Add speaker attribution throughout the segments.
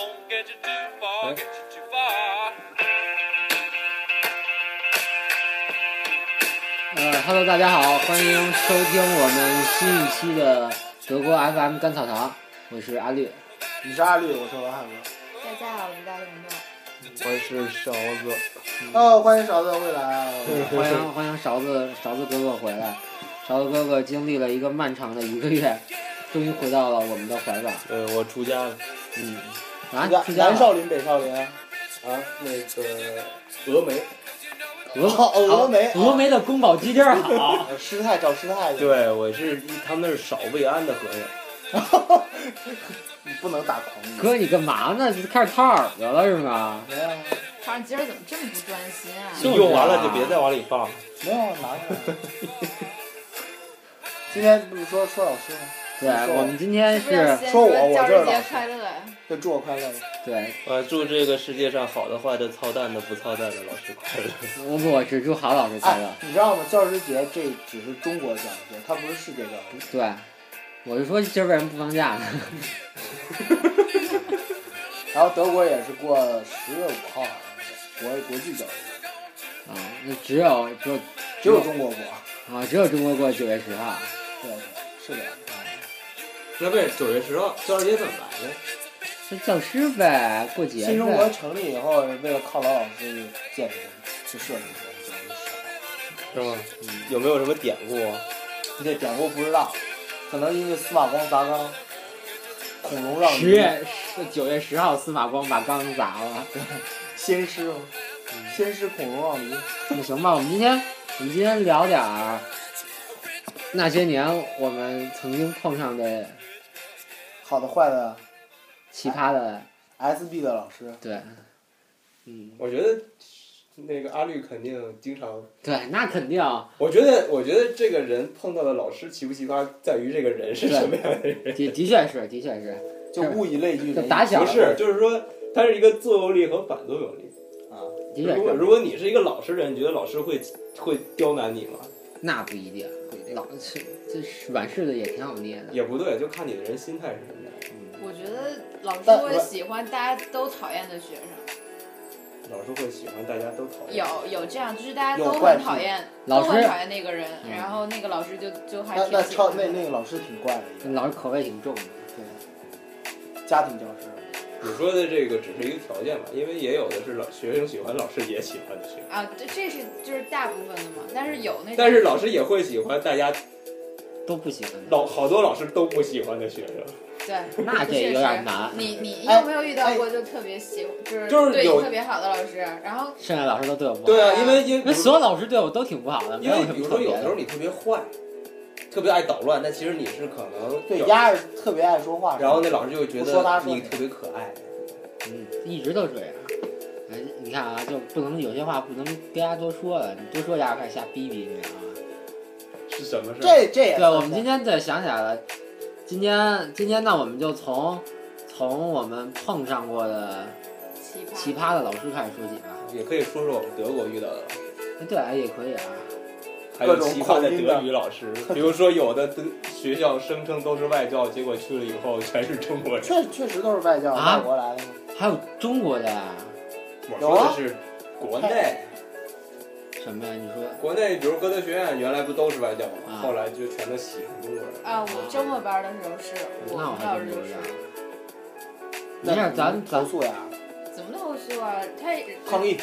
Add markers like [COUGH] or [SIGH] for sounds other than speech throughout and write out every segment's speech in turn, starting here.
Speaker 1: get you too far, get you too far.
Speaker 2: 呃，Hello，大家好，欢迎收听我们新一期的德国 FM 甘草堂，我是阿绿。
Speaker 3: 你是阿绿，我是王海哥。
Speaker 4: 大家好，我是大龙豆。
Speaker 5: 我是勺子，
Speaker 3: 哦，欢迎勺子未来啊！
Speaker 2: 欢迎欢迎勺子勺子哥哥回来，勺子哥哥经历了一个漫长的一个月，终于回到了我们的怀抱。啊
Speaker 5: 呃，我出家了，
Speaker 2: 嗯，啊，出家
Speaker 3: 南
Speaker 2: 了，
Speaker 3: 少林、北少林啊，
Speaker 5: 那个峨眉，
Speaker 2: 峨
Speaker 3: 好峨眉啊
Speaker 2: 峨眉的宫保鸡丁儿好。
Speaker 3: 呃师太找师太去。，
Speaker 5: 对我是一他们那是少未安的和尚，
Speaker 3: [LAUGHS] 你不能打狂语。
Speaker 2: 哥，你干嘛呢？开始掏耳朵了是吗？
Speaker 3: 没有啊，
Speaker 4: 唐儿今儿怎么这么不专心啊？
Speaker 2: 就是啊
Speaker 5: 用完了就别再往里放了。
Speaker 3: 没有啊，拿出来。今天不是说说老师吗？
Speaker 2: 对，我们今天
Speaker 4: 是不是要
Speaker 2: 是，
Speaker 4: 先
Speaker 3: 说我我
Speaker 4: 教
Speaker 3: 这儿
Speaker 4: 师节
Speaker 3: 呢
Speaker 4: 快乐啊呀？
Speaker 3: 就祝我快乐吧。
Speaker 2: 对，
Speaker 5: 呃，祝这个世界上好的、坏的、操蛋的、不操蛋的老师快
Speaker 6: [LAUGHS]
Speaker 5: 乐。
Speaker 2: 我我只祝郝老师快乐。
Speaker 3: 哎，你知道吗？教师节这只是中国教师节，它不是世界教师节。
Speaker 2: 对，我就说今儿为什么不放假呢？ [LAUGHS]
Speaker 3: 然后德国也是过十月五号，好像是国国际教师节，
Speaker 2: 啊，那只有只有
Speaker 3: 只有中国过。
Speaker 2: 啊，只有中国过九月十号。
Speaker 3: 对，是的。啊
Speaker 5: 那为九月十号教师节怎么来的？
Speaker 2: 是教师呗，过节呗。
Speaker 3: 新中国成立以后，为了犒劳老师建立的，就设立的
Speaker 5: 是
Speaker 3: 这个史。
Speaker 5: 吗？
Speaker 6: 嗯
Speaker 5: 有没有什么典故？啊
Speaker 3: 你这典故不知道，可能因为司马光砸缸，孔融让梨
Speaker 2: 十月十九月十号，司马光把缸砸了。 [LAUGHS]
Speaker 3: 先师嘛，
Speaker 2: 嗯
Speaker 3: 先师孔融让梨。
Speaker 2: 那行吧，我们今天我们今天聊点儿那些年我们曾经碰上的
Speaker 3: 好的坏的
Speaker 2: 奇葩的，
Speaker 3: ，SB 的老师，
Speaker 2: 对，嗯，
Speaker 6: 我觉得那个阿绿肯定经常，
Speaker 2: 对，那肯定。
Speaker 6: 我觉得我觉得这个人碰到的老师奇不奇葩，在于这个人是什么样的人，
Speaker 2: 的的确是，的确是，
Speaker 3: 就物以类聚，
Speaker 2: 就
Speaker 3: 人以
Speaker 2: 打小
Speaker 6: 不是，就是说他是一个作用力和反作用力。
Speaker 3: 啊
Speaker 2: 的确
Speaker 6: 如果
Speaker 2: 是，
Speaker 6: 如果你是一个老实人，你觉得老师会会刁难你吗？
Speaker 2: 那不一定，老是这软柿子也挺好捏的。
Speaker 6: 也不对，就看你的人心态是什么样。
Speaker 4: 我觉得老师
Speaker 3: 但
Speaker 4: 会喜欢大家都讨厌的学生，
Speaker 6: 老师会喜欢大家都讨厌。
Speaker 4: 有有这样，就是大家
Speaker 3: 有
Speaker 4: 都
Speaker 3: 怪
Speaker 4: 很
Speaker 3: 癖嗯
Speaker 4: 讨厌，
Speaker 2: 老
Speaker 4: 都很
Speaker 2: 师
Speaker 4: 讨厌那个人，然后那个老师就就还
Speaker 3: 那
Speaker 4: 挺
Speaker 3: 那
Speaker 4: 喜
Speaker 3: 超
Speaker 4: 欢
Speaker 3: 那
Speaker 4: 的
Speaker 3: 那个老师挺怪的，一个
Speaker 2: 老师口味挺重的。
Speaker 3: 对，家庭教师，
Speaker 6: 你说的这个只是一个条件吧，因为也有的是老学生喜欢老师也喜欢的学生，
Speaker 4: 啊，这这是就是大部分的嘛，但是有那种
Speaker 6: 但是老师也会喜欢大家
Speaker 2: 都不喜欢的。
Speaker 6: 老好多老师都不喜欢的学生。
Speaker 3: [LAUGHS]
Speaker 4: 对。
Speaker 2: 那这有点难。
Speaker 4: 你你
Speaker 3: 哎
Speaker 4: 有没有遇到过就特别喜欢，就是
Speaker 6: 就是
Speaker 4: 对你
Speaker 6: 有
Speaker 4: 特别好的老师，然后
Speaker 2: 剩下老师都对我不好，
Speaker 6: 对啊，因为因为
Speaker 2: [LAUGHS] 那所有老师对我都挺不好的，没
Speaker 6: 因为
Speaker 2: 什
Speaker 6: 比
Speaker 2: 么
Speaker 6: 如
Speaker 2: 特
Speaker 6: 说有
Speaker 2: 别
Speaker 6: 时候
Speaker 2: 的。
Speaker 6: 你特别坏，特别爱捣乱，但其实你是可能
Speaker 3: 对，
Speaker 6: 有
Speaker 3: 丫是特别爱说话，
Speaker 6: 然后那老师就会觉
Speaker 3: 不说他
Speaker 6: 得
Speaker 3: 说
Speaker 6: 你
Speaker 3: 你
Speaker 6: 特别可爱。
Speaker 2: 嗯，一直都这样。哎，你看啊，就不能有些话不能跟大家多说了，你多说大家开始瞎逼逼你啊。
Speaker 6: 是什么事儿？
Speaker 3: 这这也
Speaker 2: 对，
Speaker 3: 算
Speaker 2: 我们今天对想起来了，今天今天那我们就从从我们碰上过的
Speaker 4: 奇葩
Speaker 2: 奇葩的老师开始说起吧。
Speaker 6: 也可以说说我们德国遇到的，
Speaker 2: 哎，对，哎也可以啊。
Speaker 6: 还有
Speaker 3: 各种
Speaker 6: 奇葩的
Speaker 3: 狂晕的
Speaker 6: 德语老 [LAUGHS] 师，比如说有的德学校声称都是外教，结果去了以后全是中国人。
Speaker 3: 确确实都是外教，
Speaker 2: 啊
Speaker 3: 外国来的嘛。
Speaker 2: 还有中国的呀？
Speaker 6: 我
Speaker 3: 有啊
Speaker 6: 说的是国内，
Speaker 2: 什么呀？你说
Speaker 6: 国内比如歌德学院原来不都是外教
Speaker 2: 啊
Speaker 6: 吗？后来就全都洗成中国人。
Speaker 4: 啊，我周末班的时候是，我
Speaker 2: 那我
Speaker 4: 们
Speaker 2: 还
Speaker 4: 老
Speaker 2: 真
Speaker 4: 师
Speaker 2: 不
Speaker 4: 就
Speaker 2: 知
Speaker 4: 是
Speaker 2: 道。没事
Speaker 3: 那
Speaker 2: 儿，咱
Speaker 3: 投
Speaker 2: 咱
Speaker 3: 诉呀，
Speaker 4: 怎么投诉啊？他也
Speaker 3: 抗议，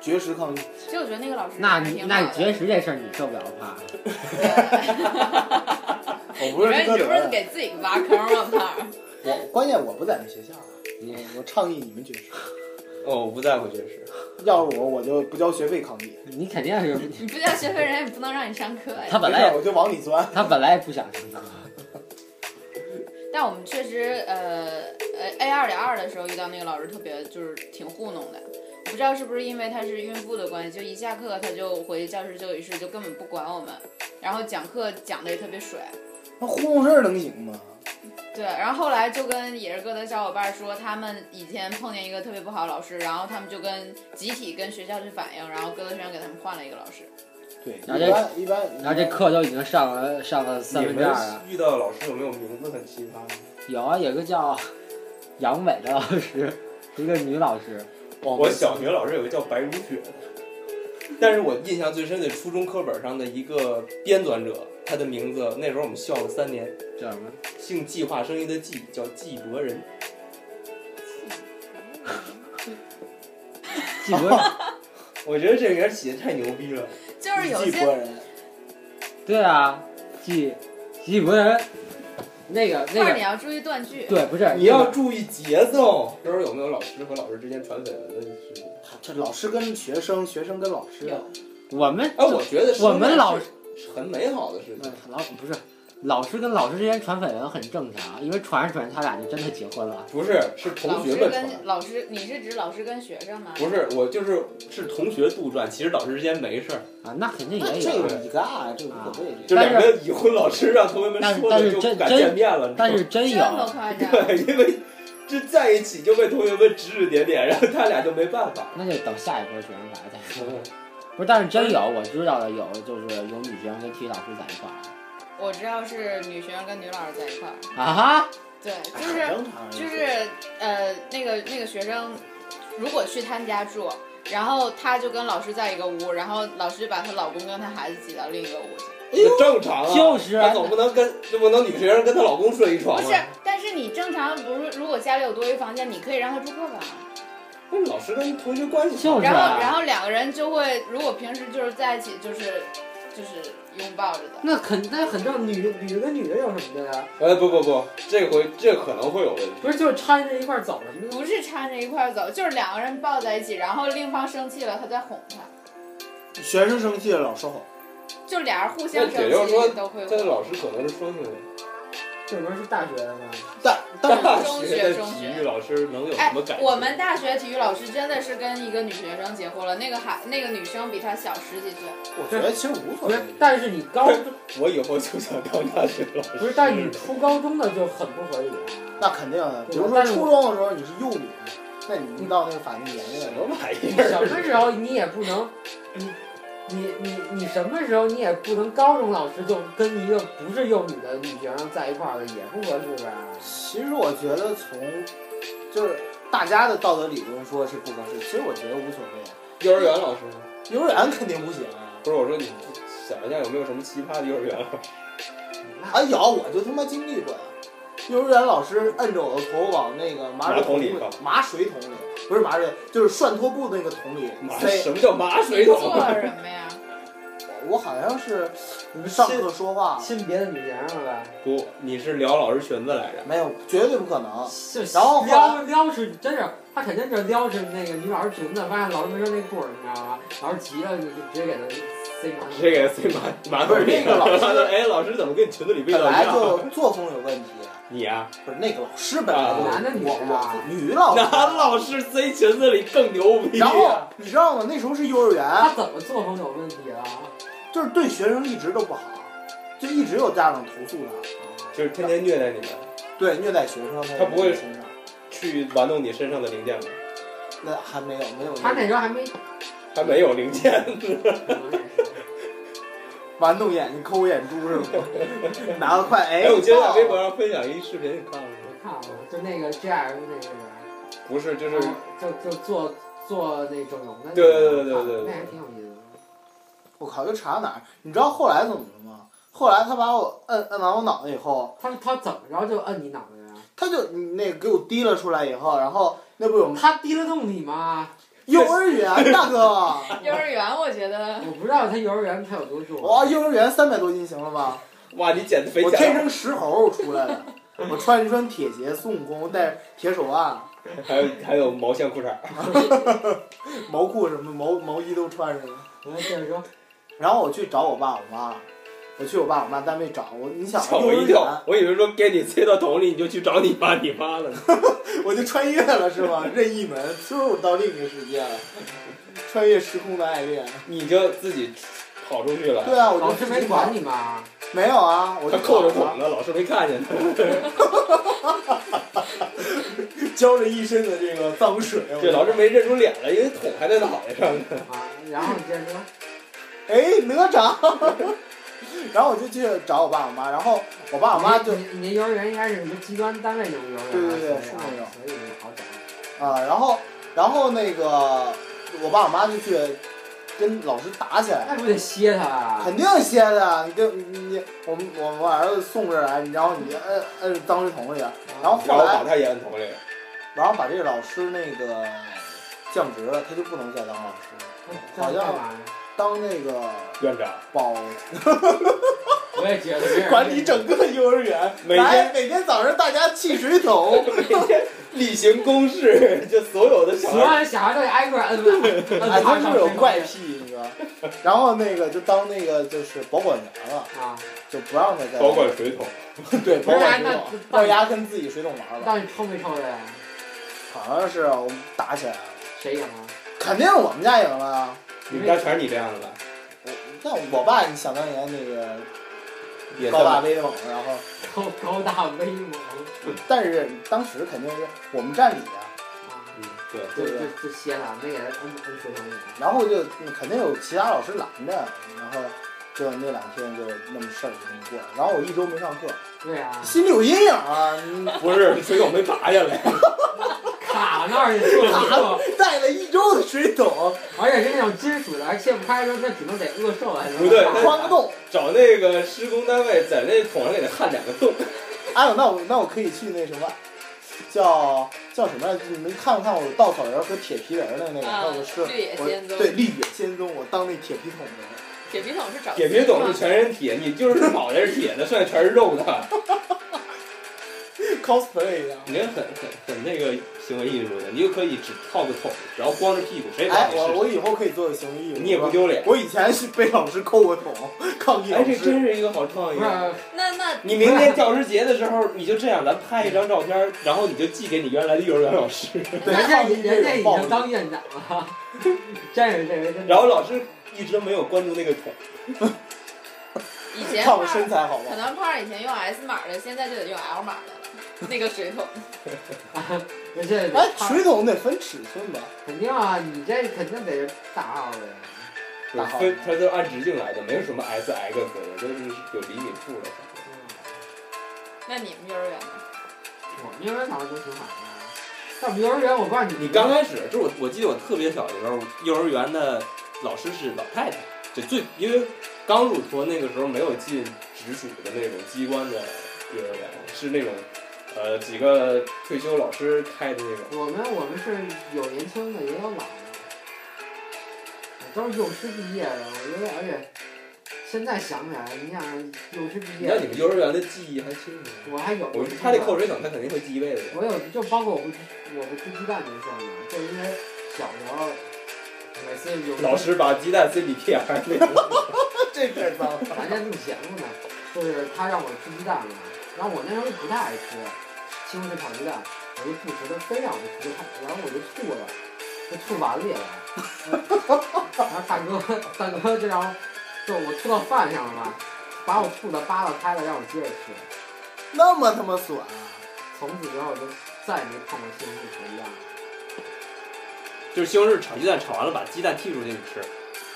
Speaker 3: 绝食抗议。
Speaker 4: 其实我觉得那个老师
Speaker 2: 那
Speaker 4: 还是
Speaker 2: 你
Speaker 4: 挺
Speaker 2: 那
Speaker 4: 好
Speaker 2: 你
Speaker 4: 的
Speaker 2: 绝食这事儿你受不了怕？
Speaker 3: 我
Speaker 4: 你
Speaker 3: 不
Speaker 4: 说
Speaker 3: 是
Speaker 4: 你
Speaker 3: 歌
Speaker 4: 这
Speaker 3: 德
Speaker 4: 不是
Speaker 3: 呀。
Speaker 4: 给自己挖坑吗？胖儿， [LAUGHS]
Speaker 3: 我关键我不在那学校啊，我我倡议你们绝食。
Speaker 6: 哦，我不在乎这事。
Speaker 3: 要是我，我就不交学费抗议，
Speaker 2: 你肯定是
Speaker 4: 你不交学费，人家也不能让你上课
Speaker 2: 他
Speaker 4: 呀。
Speaker 2: 本来
Speaker 3: 哎没事
Speaker 2: 也
Speaker 3: 儿我就往里钻。
Speaker 2: 他本来也不想听歌，
Speaker 4: 但我们确实，呃呃，A 二点二的时候遇到那个老师特别就是挺糊弄的，我不知道是不是因为她是孕妇的关系，就一下课她就回教室休息室，就根本不管我们，然后讲课讲的也特别水。
Speaker 3: 那糊弄事儿能行吗？
Speaker 4: 对，然后后来就跟也是各的小伙伴说，他们以前碰见一个特别不好的老师，然后他们就跟集体跟学校去反映，然后各个学院给他们换了一个老师。 [LAUGHS]
Speaker 3: 对，
Speaker 2: 然后
Speaker 3: 一
Speaker 2: 这
Speaker 3: 般一般。
Speaker 2: 然后这课都已经上了上了三
Speaker 6: 你
Speaker 2: 分之
Speaker 6: 们
Speaker 2: 二啊了。
Speaker 6: 遇到的老师有没有名字很奇葩？
Speaker 2: 有啊，有个叫杨伟的老师，一个女老师，
Speaker 3: 我
Speaker 6: 我小学老师有个叫白如雪的，但是我印象最深的初中课本上的一个编纂者，他的名字那时候我们笑了三年，
Speaker 2: 叫什么？
Speaker 6: 姓计划生育的计，叫纪伯仁。
Speaker 2: 纪伯，
Speaker 6: 我觉得这个名儿起的太牛逼了，
Speaker 4: 就是有
Speaker 3: 纪
Speaker 4: 些
Speaker 3: 伯人，
Speaker 2: 对啊，纪纪伯人，那个那
Speaker 4: 或者你
Speaker 2: 个，
Speaker 4: 要注意断句。
Speaker 2: 对，不是
Speaker 6: 你要注意节奏。那时候有没有老师和老师之间传绯闻的事情？
Speaker 3: 这老师跟学生，学生跟老师，
Speaker 4: 有
Speaker 2: 我们
Speaker 6: 哎，我觉得
Speaker 2: 我们老嗯师
Speaker 6: 是很美好的事情。
Speaker 2: 老不是老师跟老师之间传绯闻很正常，啊因为传着传着他俩就真的结婚了。
Speaker 6: 不是，是同
Speaker 4: 老
Speaker 6: 学
Speaker 4: 师
Speaker 6: 们传的。
Speaker 4: 跟老师，你是指老师跟学生吗？
Speaker 6: 不是，我就是是同学杜撰，其实老师之间没事儿，
Speaker 2: 啊，那肯定也
Speaker 3: 这
Speaker 2: 有
Speaker 3: 个，你干，啊这个无
Speaker 4: 啊
Speaker 3: 所谓。这
Speaker 6: 就
Speaker 2: 但
Speaker 6: 两
Speaker 2: 是
Speaker 6: 个已婚老师让同学们
Speaker 2: 但是
Speaker 6: 说
Speaker 2: 但
Speaker 6: 的
Speaker 2: 是
Speaker 6: 就
Speaker 2: 真
Speaker 6: 不敢
Speaker 2: 真
Speaker 6: 见面了，你知道吗
Speaker 2: 但是真
Speaker 4: 这
Speaker 2: 有，
Speaker 4: 么夸张？
Speaker 6: 哎对，因为这在一起就被同学们指指点点，然后他俩就没办法。
Speaker 2: 那就等下一波学生来再说。 [LAUGHS] 不是，但是真有，我知道的有，就是有女学生跟体育老师在一块儿
Speaker 4: 我知道是女学生跟女老师在一块儿，
Speaker 2: 啊哈，
Speaker 4: 对，
Speaker 6: 哎
Speaker 4: 就
Speaker 3: 很
Speaker 4: 是
Speaker 3: 哎正常，
Speaker 4: 就是呃，那个那个学生如果去他们家住，然后他就跟老师在一个屋，然后老师就把她老公跟她孩子挤到另一个屋去。
Speaker 6: 正常啊，
Speaker 2: 哎就是啊
Speaker 6: 他总不能跟就不能女学生跟她老公睡一
Speaker 4: 不
Speaker 6: 床啊
Speaker 4: 是
Speaker 6: 吧？，
Speaker 4: 但是你正常，不是如果家里有多余房间，你可以让他住客房。啊
Speaker 6: 不哎是老师跟同学关系
Speaker 2: 就是
Speaker 4: 然
Speaker 2: 啊
Speaker 4: 后然后两个人就会，如果平时就是在一起，就是就是拥抱着的。
Speaker 2: 那肯那很正，女女的跟女的有什么的呀？
Speaker 6: 哎，不不不，这回这可能会有问题。
Speaker 2: 不是就是掺着一块儿走什么的？
Speaker 4: 不是搀着一块儿走，就是两个人抱在一起，然后另一方生气了，他再哄他，
Speaker 3: 学生生气了，老师哄。
Speaker 4: 就俩人互相
Speaker 6: 那也
Speaker 4: 生
Speaker 6: 就是说
Speaker 4: 气都会
Speaker 6: 这
Speaker 4: 哄。
Speaker 6: 老师可能是双性恋。
Speaker 4: 嗯
Speaker 2: 这不是大学的吗？
Speaker 3: 但但是
Speaker 6: 大
Speaker 4: 中
Speaker 6: 学
Speaker 4: 学
Speaker 6: 的
Speaker 4: 中
Speaker 6: 体
Speaker 4: 学
Speaker 6: 育老师能有
Speaker 4: 哎
Speaker 6: 什么感，觉？
Speaker 4: 我们大学体育老师真的是跟一个女学生结婚了，那个孩那个女生比他小十几岁，
Speaker 3: 我觉得其实无所
Speaker 7: 不
Speaker 3: 谓
Speaker 7: 是。，但是你高中
Speaker 6: 我以后就想当大学老师。
Speaker 7: 不是，但是你初高中的就很不合理。
Speaker 3: 那肯定的，比如说
Speaker 7: 但是
Speaker 3: 初
Speaker 7: 我
Speaker 3: 中的时候你是幼女，那你到那个法定年龄
Speaker 6: 什
Speaker 3: 了，
Speaker 6: 么玩意
Speaker 7: 你
Speaker 6: 儿？
Speaker 7: 什么时候你也不能，你你你你什么时候你也不能，高中老师就跟一个不是幼女的女学生在一块儿了，也不合适呗。
Speaker 3: 其实我觉得从就是大家的道德理论说是不合适，其实我觉得无所谓。
Speaker 6: 幼儿园老师呢？
Speaker 3: 幼儿园肯定不行啊！
Speaker 6: 不是我说你想一下有没有什么奇葩的幼儿园老师？
Speaker 3: 啊有，我就他妈经历过呀。幼儿园老师摁着我的头往那个马水
Speaker 6: 马桶
Speaker 3: 桶
Speaker 6: 里
Speaker 3: 马水桶里，不是马水，就是涮拖布的那个桶里
Speaker 6: 马
Speaker 3: 塞。
Speaker 6: 什么叫马水
Speaker 4: 你
Speaker 6: 桶啊
Speaker 4: 做？了什么呀？
Speaker 3: 我好像是上课说话，
Speaker 7: 亲别的女学生了呗，
Speaker 6: 不，你是聊老师裙子来着？
Speaker 3: 没有，绝对不可能。
Speaker 7: 就
Speaker 3: 然后后
Speaker 7: 撩撩是真是，他肯定就是撩是那个女老师裙子，发现老师没穿内裤，你知道吗？老师急了，你就直接给她塞满。
Speaker 6: 这个塞马马桶
Speaker 3: 不
Speaker 6: 里
Speaker 3: 是那个老师
Speaker 6: 了。 [LAUGHS] 哎，老师怎么跟裙子里味
Speaker 3: 本
Speaker 6: 道一
Speaker 3: 来
Speaker 6: 样？
Speaker 3: 就作风有问题，
Speaker 6: 你啊，
Speaker 3: 不是那个老师本来就
Speaker 7: 男的女的啊
Speaker 3: 我我女老 [LAUGHS] 师，
Speaker 6: 男老师塞裙子里更牛逼。啊
Speaker 3: 然后你知道吗？那时候是幼儿园，
Speaker 7: 他怎么作风有问题啊了？
Speaker 3: 就是对学生一直都不好，就一直有家长投诉他，
Speaker 6: 就是天天虐待你们，
Speaker 3: 对虐待学生，
Speaker 6: 他不会
Speaker 3: 身上，
Speaker 6: 去玩弄你身上的零件吗？
Speaker 3: 那还没有没有
Speaker 7: 他那时候还没
Speaker 6: 还没有零件，
Speaker 3: 玩弄眼睛抠眼珠是
Speaker 6: [LAUGHS]
Speaker 3: 吗？拿个筷，哎
Speaker 6: 哎，我今天在微博
Speaker 3: 哦
Speaker 6: 上分享一视频，你看了吗？
Speaker 7: 我看了，就那个 GF 那个人，
Speaker 6: 不是，就是
Speaker 3: 哦
Speaker 7: 就就做做那整容的那个，
Speaker 6: 嗯对对对对对对
Speaker 7: 那还挺有意思的。
Speaker 3: 我靠，就查哪儿？你知道后来怎么了吗？后来他把我摁摁完我脑袋以后，
Speaker 7: 他他怎么着就摁你脑袋呀？
Speaker 3: 他就那个给我提了出来以后，然后那不有
Speaker 7: 他滴得动你吗？
Speaker 3: 幼儿园
Speaker 6: [LAUGHS]
Speaker 3: 大哥，
Speaker 4: 幼儿园我觉得
Speaker 7: 我不知道他幼儿园他有多重。
Speaker 3: 哇，幼儿园三百多斤行了吧？
Speaker 6: 哇，你减肥
Speaker 3: 我
Speaker 6: 减
Speaker 3: 天
Speaker 6: 了
Speaker 3: 生石猴出来的，我穿一双铁鞋，孙悟空戴着铁手腕，
Speaker 6: 还有还有毛线裤衩。
Speaker 3: 毛裤什么毛毛衣都穿上了。
Speaker 7: 我接着说，
Speaker 3: 然后我去找我爸我妈，我去我爸我妈单位找我，你想
Speaker 6: 吓
Speaker 3: 幼
Speaker 6: 我
Speaker 3: 儿
Speaker 6: 一
Speaker 3: 园
Speaker 6: 跳，我以为说给你塞到桶里，你就去找你爸你妈了呢。
Speaker 3: [LAUGHS] 我就穿越了是吗？任意门，嗖到另一个世界了，穿越时空的爱恋。
Speaker 6: 你就自己跑出去了。
Speaker 3: 对啊，我就
Speaker 7: 老师没管你吗？
Speaker 3: 没有啊，我
Speaker 6: 他
Speaker 3: 就
Speaker 6: 扣着
Speaker 3: 跑
Speaker 6: 桶呢，
Speaker 3: 了，
Speaker 6: 老师没看见他。
Speaker 3: 浇着一身的这个脏水。我
Speaker 6: 这老师没认出脸来，因为桶还在脑袋
Speaker 3: [LAUGHS]
Speaker 6: 上呢。
Speaker 7: 啊，然后你接着说，
Speaker 3: 哎哪吒， [LAUGHS] 然后我就去找我爸我妈，然后我爸我妈就
Speaker 6: 嗯
Speaker 7: 你你你那幼儿园应该是什么机关单位那种幼儿园吧？
Speaker 3: 对对对
Speaker 7: 所以
Speaker 3: 是那
Speaker 7: 啊
Speaker 3: 种
Speaker 7: 所以好找。
Speaker 3: 啊，然后然后那个我爸我妈就去跟老师打起来了，
Speaker 2: 那不得歇他啊？
Speaker 3: 肯定歇的啊。你跟你我们我们儿子送这儿来，你然后你摁摁脏水桶里，然后
Speaker 6: 然
Speaker 3: 后
Speaker 6: 后
Speaker 3: 来
Speaker 6: 把他也摁头里。
Speaker 3: 然后把这个老师那个降职了，他就不能再当老师了，
Speaker 2: 嗯
Speaker 3: 好像
Speaker 2: 干嘛呀？
Speaker 3: 当那个
Speaker 6: 院长
Speaker 3: 保
Speaker 2: 我也觉得这人
Speaker 3: 管理整个幼儿园，
Speaker 6: 每
Speaker 3: 来
Speaker 6: 天
Speaker 3: 每天早上大家汽水 [LAUGHS] 桶，
Speaker 6: 例行公事，就所有的小
Speaker 2: 所有
Speaker 3: 啊
Speaker 6: 孩
Speaker 2: 的小孩都得挨个儿摁吧。
Speaker 3: 哎，
Speaker 2: 摁
Speaker 3: 他
Speaker 2: 他
Speaker 3: 是有怪癖，你知道吧？然后那个就当那个就是保管员了，
Speaker 2: 啊！
Speaker 3: 就不让他再
Speaker 6: 保管水桶，
Speaker 3: [LAUGHS] 对
Speaker 2: 不
Speaker 3: 保
Speaker 2: 是
Speaker 3: 管
Speaker 2: 那
Speaker 3: 水桶，
Speaker 2: 那
Speaker 3: 让丫跟自己水桶玩了，
Speaker 2: 到底抽没抽的呀？
Speaker 3: 好像是我们打起来了，
Speaker 2: 谁啊赢了？
Speaker 3: 肯定我们家赢了啊。
Speaker 6: 你们家全是你这样的吧？
Speaker 3: 我但我爸，你想当年那个
Speaker 6: 也
Speaker 3: 高大
Speaker 6: 算吧
Speaker 3: 威猛，然后
Speaker 2: 高高大威猛啊
Speaker 3: 但是当时肯定是我们占理啊，
Speaker 2: 啊！
Speaker 6: 嗯，对，
Speaker 2: 就就就歇他，没给他摁摁水桶里。
Speaker 3: 然后就嗯肯定有其他老师拦着，然后就那两天就那么事儿就那么过了，然后我一周没上课，
Speaker 2: 对啊，
Speaker 3: 心里有阴影啊，嗯
Speaker 6: 不是水桶没拔下来，
Speaker 2: [LAUGHS] 卡那儿去了，
Speaker 3: [LAUGHS] 带了一周的水桶，
Speaker 2: 而且是那种金属的，还切不开的，那只能得饿瘦才能。
Speaker 6: 不
Speaker 2: [LAUGHS]
Speaker 6: 对那
Speaker 3: 穿个洞。
Speaker 6: 找那个施工单位在那桶上给它焊两个洞，
Speaker 3: 哎呦，那我那我可以去那什么，叫叫什么来着？你们看没看我稻草人和铁皮人的那个？
Speaker 4: 啊
Speaker 3: 那我嗯是
Speaker 4: 绿野
Speaker 3: 我
Speaker 4: 仙踪
Speaker 3: 对，绿野仙踪，我当那铁皮桶人。
Speaker 4: 铁皮桶是找
Speaker 6: 铁皮桶是全身铁，你就是脑袋是铁的，剩下全是肉的，
Speaker 3: cosplay 一样。
Speaker 6: 你这很很很那个行为艺术的，你就可以只套个桶，然后光着屁股，谁也不知道
Speaker 3: 哎，
Speaker 6: 你
Speaker 3: 我
Speaker 6: 是
Speaker 3: 我以后可以做个行为艺术，
Speaker 6: 谁，你也不丢脸。
Speaker 3: 我以前是被老师扣过桶，抗议
Speaker 6: 哎，
Speaker 3: 老
Speaker 6: 这
Speaker 3: 师。
Speaker 6: 真是一个好创意啊
Speaker 2: 不。是，
Speaker 4: 那那
Speaker 6: 你明天教师节的时候，你就这样，咱拍一张照片，然后你就寄给你原来的幼儿园老师， [LAUGHS]
Speaker 3: 对，
Speaker 2: 人家
Speaker 3: 抗议
Speaker 2: 人家
Speaker 3: 这
Speaker 2: 已
Speaker 3: 种暴
Speaker 2: 经
Speaker 3: 力。
Speaker 2: 当院长了， [LAUGHS] 真是这人真的
Speaker 6: 然后老师一直没有关注那个桶。
Speaker 4: 以前
Speaker 3: 看我
Speaker 4: 胖
Speaker 3: 身材好
Speaker 4: 可
Speaker 3: 吧？
Speaker 4: 能胖儿以前用 S 码的，现在就得用 L 码的了。那个水桶，
Speaker 2: 人家得
Speaker 3: 哎，
Speaker 2: 胖
Speaker 3: 水桶得分尺寸吧？ [LAUGHS]
Speaker 2: 肯定啊，你这肯定得是大号的呀。
Speaker 3: 大号
Speaker 6: 分它都按直径来的，没有什么 S X 的，都是有厘米数的。
Speaker 2: 嗯
Speaker 4: 那你们幼儿园
Speaker 3: 嗯
Speaker 4: 呢？
Speaker 2: 我们幼儿园好像都挺好的，但我们幼儿园我不知道你
Speaker 6: 你刚开始，就是我我记得我特别小的时候，幼儿园的老师是老太太，就最因为刚入托那个时候没有进直属的那种机关的幼儿园，是那种呃几个退休老师开的那种。
Speaker 2: 我们我们是有年轻的，也有老的，都是幼师毕业的。我觉得，而且现在想起来，你想幼师毕
Speaker 6: 你看
Speaker 2: 业，
Speaker 6: 你们幼儿园的记忆还清楚吗？
Speaker 2: 我还有
Speaker 6: 我他那扣水桶，他肯定会记一辈子。
Speaker 2: 我有，就包括我不吃我不吃鸡蛋这事儿嘛，就因为小时候每次有
Speaker 6: 老师把鸡蛋塞你屁眼儿 [LAUGHS] 那种，
Speaker 3: 这太脏了。
Speaker 2: 咱家录节目呢，就是他让我吃鸡蛋嘛，然后我那时候不太爱吃西红柿炒鸡蛋，我就不吃，他非让我吃，他然后我就吐了，就吐碗里了。然后大哥，大哥就让我，就我吐到饭上了嘛，把我吐的扒拉开了，让我接着吃。
Speaker 3: 那么他妈损啊！
Speaker 2: 从此之后我就再也没碰过西红柿炒鸡蛋了，
Speaker 6: 就是西红柿炒鸡蛋炒完了，把鸡蛋剔出去你吃。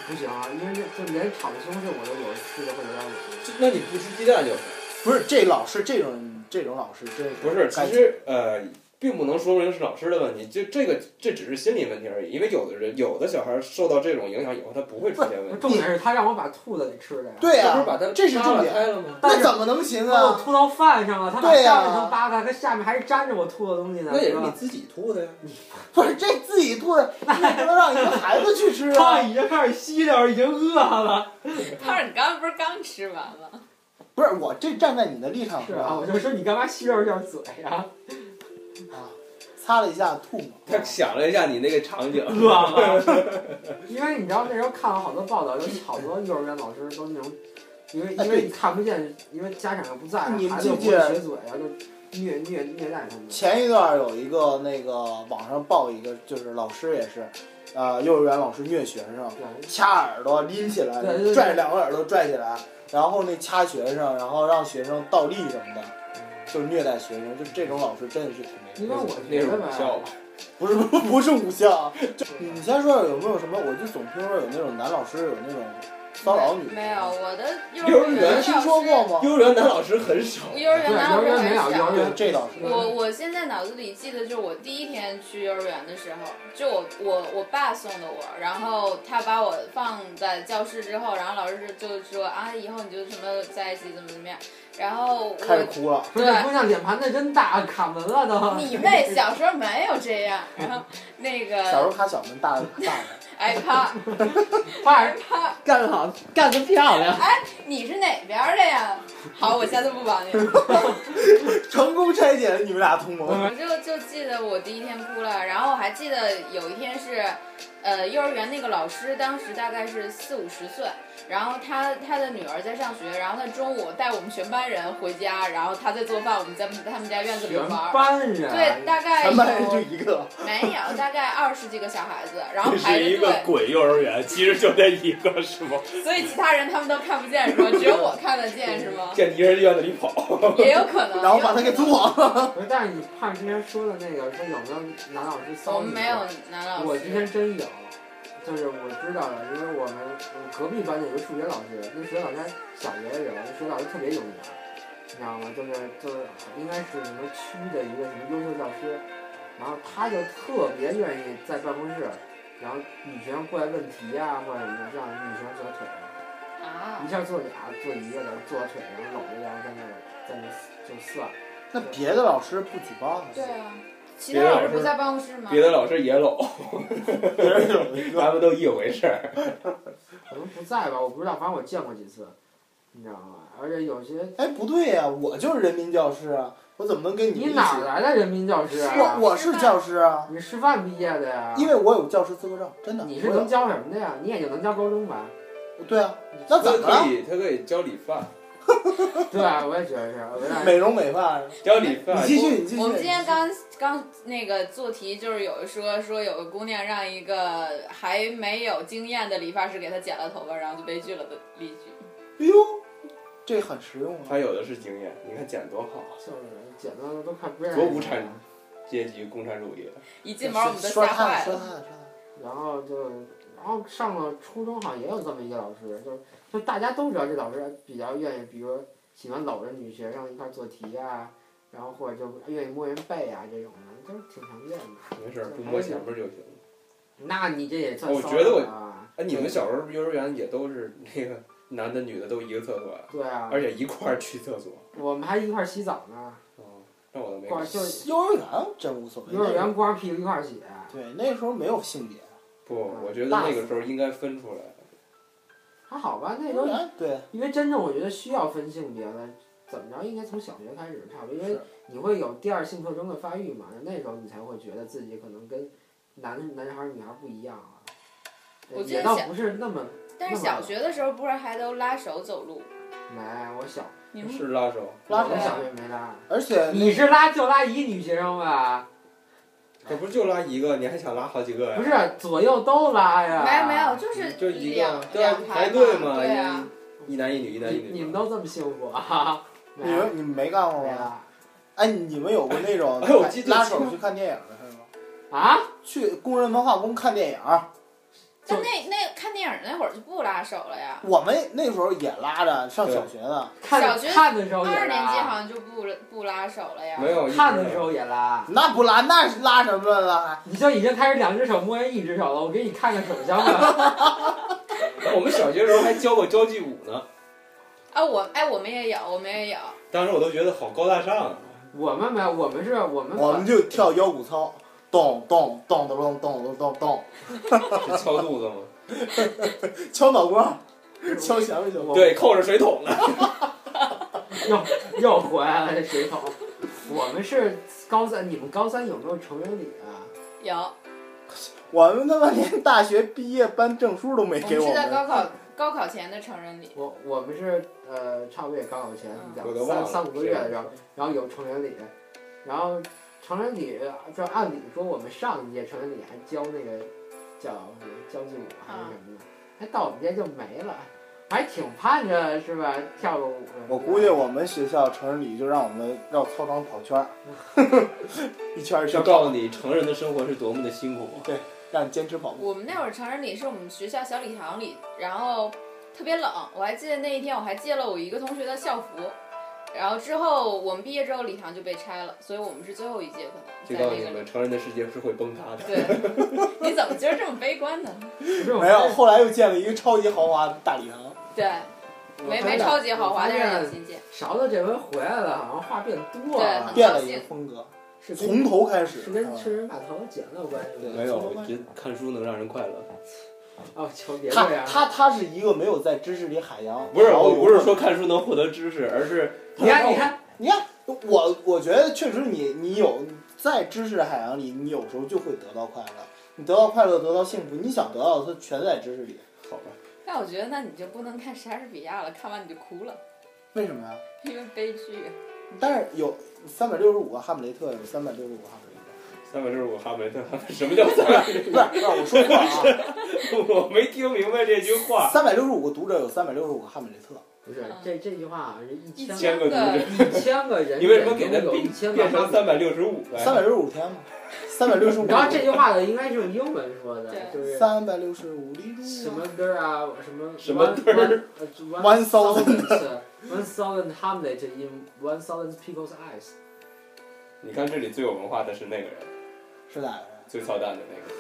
Speaker 2: 不行啊，因为这就连炒的西红柿我都有时吃的会有点恶心。
Speaker 6: 就那你不吃鸡蛋就是。
Speaker 3: 不是这老师这种这种老师真是
Speaker 6: 不是，
Speaker 3: 该
Speaker 6: 其实呃，并不能说明是老师的问题，就这个这只是心理问题而已。因为有的人，有的小孩受到这种影响以后，他不会出现问
Speaker 2: 不是
Speaker 6: 题。
Speaker 2: 重点是他让我把兔子给吃了呀。
Speaker 3: 对
Speaker 6: 他不
Speaker 3: 啊
Speaker 6: 是，把他
Speaker 3: 这是重点
Speaker 6: 扒拉开了吗？
Speaker 2: 但
Speaker 3: 那
Speaker 2: 是
Speaker 3: 怎么能行
Speaker 2: 把我
Speaker 3: 啊？
Speaker 2: 吐到饭上了，他把
Speaker 3: 对呀
Speaker 2: 上面层扒开，他下面还是粘着我吐的东西呢。
Speaker 6: 那也是
Speaker 2: 吧
Speaker 6: 你自己吐的呀。
Speaker 3: 不是这自己吐 [LAUGHS] 的，你也不能让一个孩子
Speaker 2: [LAUGHS]
Speaker 3: 去吃啊
Speaker 2: 他！
Speaker 3: [LAUGHS]
Speaker 2: 已经开始吸溜，已经饿了。
Speaker 4: 胖儿，你刚刚不是刚吃完吗？不
Speaker 3: 不是我这站在你的立场
Speaker 2: 是啊，我
Speaker 3: 上，
Speaker 2: 就说你干嘛吸溜一下嘴啊？
Speaker 3: 啊擦了一下吐沫。
Speaker 6: [LAUGHS] 他想了一下你那个场景，
Speaker 2: 饿了。 [LAUGHS] 因为你知道那时候看了好多报道，有好多幼儿园老师都那种，因为
Speaker 3: 哎
Speaker 2: 因为你看不见，因为家长又不在，
Speaker 3: 你们
Speaker 2: 孩子
Speaker 3: 记
Speaker 2: 又
Speaker 3: 不
Speaker 2: 不
Speaker 3: 记
Speaker 2: 会
Speaker 3: 得
Speaker 2: 学嘴，然后就虐虐虐待他们。
Speaker 3: 前一段有一个那个网上爆一个，就是老师也是，呃，幼儿园老师虐学生，
Speaker 2: 对啊
Speaker 3: 掐耳朵拎起来
Speaker 2: 对对，对
Speaker 3: 拽两个耳朵拽起来，然后那掐学生，然后让学生倒立什么的，
Speaker 2: 嗯
Speaker 3: 就是虐待学生，就这种老师真的是挺
Speaker 2: 因
Speaker 3: 那
Speaker 2: 为
Speaker 3: 个。
Speaker 2: 我
Speaker 6: 那
Speaker 2: 觉
Speaker 6: 是
Speaker 2: 得
Speaker 6: 我笑
Speaker 2: 吧，
Speaker 6: 话。
Speaker 3: 不是 [LAUGHS] 不是武校啊，就你先说说有没有什么？我就总听说有那种男老师有那种骚扰女生
Speaker 4: 没有，我的幼
Speaker 6: 幼儿
Speaker 4: 园
Speaker 6: 园
Speaker 4: 老
Speaker 3: 你
Speaker 4: 师
Speaker 3: 听说过吗？
Speaker 6: 幼儿园男老师很少，
Speaker 4: 幼儿
Speaker 2: 对，
Speaker 4: 园
Speaker 2: 幼
Speaker 4: 男老
Speaker 2: 儿
Speaker 4: 师
Speaker 2: 园
Speaker 4: 很
Speaker 2: 没有，幼
Speaker 4: 少
Speaker 2: 儿。
Speaker 3: 对，
Speaker 2: 园
Speaker 3: 这倒是。
Speaker 4: 啊我我现在脑子里记得，就是我第一天去幼儿园的时候，就我我我爸送的我，然后他把我放在教室之后，然后老师就说啊，以后你就什么在一起怎么怎么样，然后
Speaker 3: 开始 [LAUGHS]
Speaker 4: 我
Speaker 3: 哭了，
Speaker 2: 不是姑娘脸盘子真大，卡门了都。
Speaker 4: 你妹小时候没有这样，然后那
Speaker 3: 小时候
Speaker 4: 个
Speaker 3: 卡小门，大人大人。
Speaker 4: [LAUGHS]
Speaker 3: [LAUGHS]
Speaker 4: 哎啪
Speaker 2: 快
Speaker 4: 哎啪，
Speaker 8: 干得好，干得漂亮！
Speaker 4: 你是哪边儿的呀？好，我下次不帮你了。
Speaker 3: 成功拆解了你们俩同盟。
Speaker 4: 我就就记得我第一天哭了，然后我还记得有一天是，呃，幼儿园那个老师当时大概是四五十岁，然后他他的女儿在上学，然后他中午带我们全班人回家，然后他在做饭，我们在他们家院子里
Speaker 2: 全
Speaker 4: 玩儿。
Speaker 2: 班人。啊
Speaker 4: 对，大概
Speaker 3: 全班人就
Speaker 4: 有
Speaker 3: 一个，
Speaker 4: 没有大概二十几个小孩子，
Speaker 6: [LAUGHS]
Speaker 4: 然后
Speaker 6: 这
Speaker 4: 排
Speaker 6: 是一
Speaker 4: 着
Speaker 6: 个
Speaker 4: 队，
Speaker 6: 鬼幼儿园，其实就那一个是
Speaker 4: [LAUGHS]
Speaker 6: 吗？
Speaker 4: 所以其他人他们都看不见是吗？只有我看得见是
Speaker 6: [LAUGHS]
Speaker 4: 吗？
Speaker 6: 见敌人院子里跑，
Speaker 4: 也有可能。
Speaker 3: 然后把他给
Speaker 4: 也有可能
Speaker 3: 做了。
Speaker 2: 不是，但是你怕之前说的那个，说有没有男老师骚
Speaker 4: 我
Speaker 2: 你
Speaker 4: 们没有男老师。
Speaker 2: 我之前真有，就是我知道了，因为我们我隔壁班有一个数学老师，那数学老师还小学的时候，那数学老师特别有名，你知道吗？就是就是应该是什么区的一个什么优秀教师，然后他就特别愿意在办公室，然后女学生过来问题呀、或者什么的，让女学生坐腿上，
Speaker 4: 啊
Speaker 2: 一，下坐俩，坐一个，然后坐腿上搂着，然后在那儿在那儿就算。
Speaker 3: [LAUGHS] 那别的老师不举报吗？
Speaker 4: 对啊，其他老师不在办公室吗？
Speaker 6: 别的老师也搂，
Speaker 3: 别人有一
Speaker 6: [LAUGHS] 咱
Speaker 3: 个，
Speaker 6: 们都一回事儿。
Speaker 2: 可能不在吧，我不知道，反正我见过几次，你知道吗？而且有些
Speaker 3: 哎，不对呀、我就是人民教师啊，我怎么能跟你们
Speaker 2: 你
Speaker 3: 一
Speaker 2: 哪
Speaker 3: 起？
Speaker 2: 儿啊来的人民教师啊
Speaker 3: 我？我是教师啊，
Speaker 2: 你师范毕业的呀？
Speaker 3: 因为我有教师资格证，真的。
Speaker 2: 啊你是
Speaker 3: 我有
Speaker 2: 能教什么的呀？你也就能教高中吧？
Speaker 3: 对啊，那怎么
Speaker 6: 他
Speaker 3: 了
Speaker 6: 可？以，他可以教理发，
Speaker 2: 对啊，我也觉得是。我也
Speaker 3: 美容美发，你
Speaker 6: 教理发。
Speaker 3: 继续，你继续。
Speaker 4: 我们今天刚刚那个做题，就是有说说有个姑娘让一个还没有经验的理发师给她剪了头发，然后就被拒了的例句。
Speaker 3: 哎呦，这很实用啊
Speaker 6: 他。有的是经验，你看剪多好，
Speaker 2: 就是剪的都快不认识
Speaker 6: 多
Speaker 2: 人
Speaker 6: 无产
Speaker 2: 了。
Speaker 6: 阶级共产主义。
Speaker 4: 一进门我们都
Speaker 3: 刷
Speaker 4: 吓
Speaker 3: 碳，
Speaker 4: 坏
Speaker 3: 刷
Speaker 4: 了。
Speaker 3: 碳，刷碳。
Speaker 2: 然后就，然后上了初中好像也有这么一个老师，就是就大家都知道这老师比较愿意，比如喜欢搂着女学生一块儿做题啊，然后或者就愿意摸人背啊这种的，就是挺常见的。
Speaker 6: 没事儿，不摸前面就行。
Speaker 2: 那你这也算
Speaker 6: 我
Speaker 2: 骚
Speaker 6: 觉得
Speaker 2: 扰
Speaker 6: 我
Speaker 2: 啊？
Speaker 6: 哎，你们小时候幼儿园也都是那个男的女的都一个厕所呀，
Speaker 2: 对啊，
Speaker 6: 而且一块儿去厕所。
Speaker 2: 我们还一块儿洗澡呢，
Speaker 6: 哦，那我都没
Speaker 2: 光
Speaker 6: 看。
Speaker 2: 就
Speaker 3: 幼儿园真无所谓。
Speaker 2: 幼儿园光屁股一块儿洗。啊
Speaker 3: 对那时候没有性别，
Speaker 6: 不，
Speaker 2: 嗯
Speaker 6: 我觉得那个时候应该分出来。
Speaker 2: 还好吧，那时
Speaker 3: 幼
Speaker 2: 候
Speaker 3: 儿园对
Speaker 2: 因为真正我觉得需要分性别的，怎么着应该从小学开始差不多，因为
Speaker 3: 是
Speaker 2: 你会有第二性特征的发育嘛，那时候你才会觉得自己可能跟男男孩儿女孩儿不一样了。
Speaker 4: 我记
Speaker 2: 也
Speaker 4: 得
Speaker 2: 倒
Speaker 4: 小
Speaker 2: 不是那么
Speaker 4: 但是小学的时候不是还都拉手走路？
Speaker 2: 没，我小
Speaker 4: 你们
Speaker 6: 是拉手，
Speaker 3: 拉
Speaker 4: 啊
Speaker 2: 我
Speaker 3: 手，
Speaker 2: 小学没拉。
Speaker 3: 而且
Speaker 2: 你是拉就拉一女学生吧？
Speaker 6: 可不是就拉一个，你还想拉好几个呀？
Speaker 2: 不是左右都拉呀？
Speaker 4: 没有没有，就是
Speaker 6: 就一
Speaker 4: 两
Speaker 6: 个，对啊
Speaker 4: 两，
Speaker 6: 排
Speaker 4: 排
Speaker 6: 队
Speaker 4: 嘛，
Speaker 6: 嘛，
Speaker 4: 对啊。
Speaker 6: 一一男一女，一男一
Speaker 2: 你
Speaker 6: 女。
Speaker 2: 你们都这么幸福啊？
Speaker 3: 你们你们没干过
Speaker 2: 没
Speaker 3: 吗？
Speaker 2: 拉
Speaker 3: 哎，你们有过那种
Speaker 6: 哎我记得
Speaker 3: 拉手去看电影的是吗？
Speaker 2: 啊？
Speaker 3: 去工人文化宫看电影，
Speaker 4: 但那那看电影那会儿就不拉手了呀，
Speaker 3: 我们那时候也拉着上小学呢。
Speaker 2: 看
Speaker 4: 小学
Speaker 2: 看的时候也拉，
Speaker 4: 二年级好像就不不拉手了呀。
Speaker 6: 哦没有
Speaker 2: 看的时候也拉，
Speaker 3: 那不拉，那是拉什么拉？
Speaker 2: 你就已经开始两只手摸人一只手了，我给你看看手相吧。
Speaker 6: 哎我们小学时候还教过交际舞呢，
Speaker 4: 啊，我哎，我们也有，我们也有。
Speaker 6: 当时我都觉得好高大上啊。
Speaker 2: 我们没有，我们是我
Speaker 4: 嗯
Speaker 2: 们
Speaker 3: 我们就跳腰鼓操，咚咚咚咚咚咚咚咚，
Speaker 6: 是敲肚子
Speaker 2: [LAUGHS]
Speaker 6: 吗？
Speaker 3: 敲脑瓜，敲前面就。
Speaker 6: 对，扣着水桶呢。
Speaker 2: 又又回来了这水桶。我们是高三，你们高三有没有成人礼啊？
Speaker 4: 有，
Speaker 3: 我们他妈连大学毕业颁证书都没
Speaker 4: 我
Speaker 3: 给
Speaker 4: 们
Speaker 3: 我
Speaker 4: 是在高
Speaker 3: 们。
Speaker 4: 考高考前的成人礼。
Speaker 2: 我我们是呃，差不多也高考前
Speaker 4: 嗯
Speaker 2: 两
Speaker 6: 啊我都忘
Speaker 2: 三
Speaker 6: 了
Speaker 2: 三五个月的时候，然后有成人礼，然后成人礼就按理说我们上一届成人礼还教那个叫什么交际舞还是什
Speaker 6: 啊
Speaker 2: 么的，哎，到我们这就没了，还挺盼着是吧？跳个舞什么的。
Speaker 3: 我估计我们学校成人礼就让我们绕操场跑圈儿， [LAUGHS] 一圈儿一圈
Speaker 6: 就
Speaker 3: 儿
Speaker 6: 告诉
Speaker 3: 跑，
Speaker 6: 你成人的生活是多么的辛苦。
Speaker 3: 让你坚持跑步。
Speaker 4: 我们那会儿成人礼是我们学校小礼堂里，然后特别冷，我还记得那一天我还借了我一个同学的校服。然后之后我们毕业之后，礼堂就被拆了，所以我们是最后一届可
Speaker 6: 就
Speaker 4: 能
Speaker 6: 告诉
Speaker 4: 在那
Speaker 6: 你
Speaker 4: 个 [LAUGHS]
Speaker 6: 们，
Speaker 4: 里。
Speaker 6: 成人的世界是会崩塌的。
Speaker 4: 对，你怎么今儿这么悲观呢？
Speaker 3: 没有，后来又建了一个超级豪华的大礼堂。
Speaker 4: 对，没没超级豪华，但是也新建。
Speaker 7: 勺子这回回来了，好像话变多
Speaker 4: 对
Speaker 7: 了
Speaker 4: 很，
Speaker 3: 变了一个风格，
Speaker 7: 是跟
Speaker 3: 从头嗯开始。
Speaker 7: 是跟
Speaker 3: 是吧
Speaker 7: 是人把头剪了有关系吗？
Speaker 6: 没有，我觉得看书能让人快乐。
Speaker 7: 哦，求别这
Speaker 3: 他
Speaker 7: 样。
Speaker 3: 他他是一个没有在知识里海洋。
Speaker 5: 不是，
Speaker 3: 然后
Speaker 5: 我
Speaker 3: 有
Speaker 5: 不是说看书能获得知识，而是
Speaker 7: 你看，
Speaker 4: 哎
Speaker 7: 你看，
Speaker 3: 你看我，我觉得确实你你有在知识海洋里，你有时候就会得到快乐。你得到快乐，得到幸福，你想得到的，它全在知识里。
Speaker 6: 好吧，
Speaker 4: 但哎我觉得那你就不能看莎士比亚了，看完你就哭了，
Speaker 3: 为什么呀？
Speaker 4: 因为悲剧。
Speaker 3: 但是有三百六十五个哈姆雷特，有三百六十五哈姆雷特。
Speaker 6: [LAUGHS] 三百六十五哈梅特， [LAUGHS] 什么叫三百六十
Speaker 3: 不是，不是我说
Speaker 5: [LAUGHS]
Speaker 3: 错了
Speaker 6: 五？我没听明白这句
Speaker 3: 啊！
Speaker 6: 话。 [LAUGHS]
Speaker 3: 三百六十五个读者有三百六十五个哈姆雷特。
Speaker 7: 不是这这句话是一
Speaker 4: 一
Speaker 7: 千
Speaker 6: 千个读者，
Speaker 7: 一千个人，
Speaker 6: 你为什么给它
Speaker 7: 有
Speaker 6: 变
Speaker 7: 一千
Speaker 6: 变成三
Speaker 7: 百？
Speaker 6: 百六十五哎呗？
Speaker 3: 三百六十五天吗？三百六十五。
Speaker 7: 然后这句话的应该是用英文说的，
Speaker 4: 对
Speaker 7: 就是
Speaker 3: 三百六十五里路。
Speaker 7: 什么根儿啊，什么
Speaker 6: 什么根儿
Speaker 7: one
Speaker 3: One thousand
Speaker 7: one thousand [LAUGHS] hamlet in one thousand people's eyes。
Speaker 6: 你看这里最有文化的是那个人，
Speaker 3: 是哪个？
Speaker 6: 最操蛋的那个。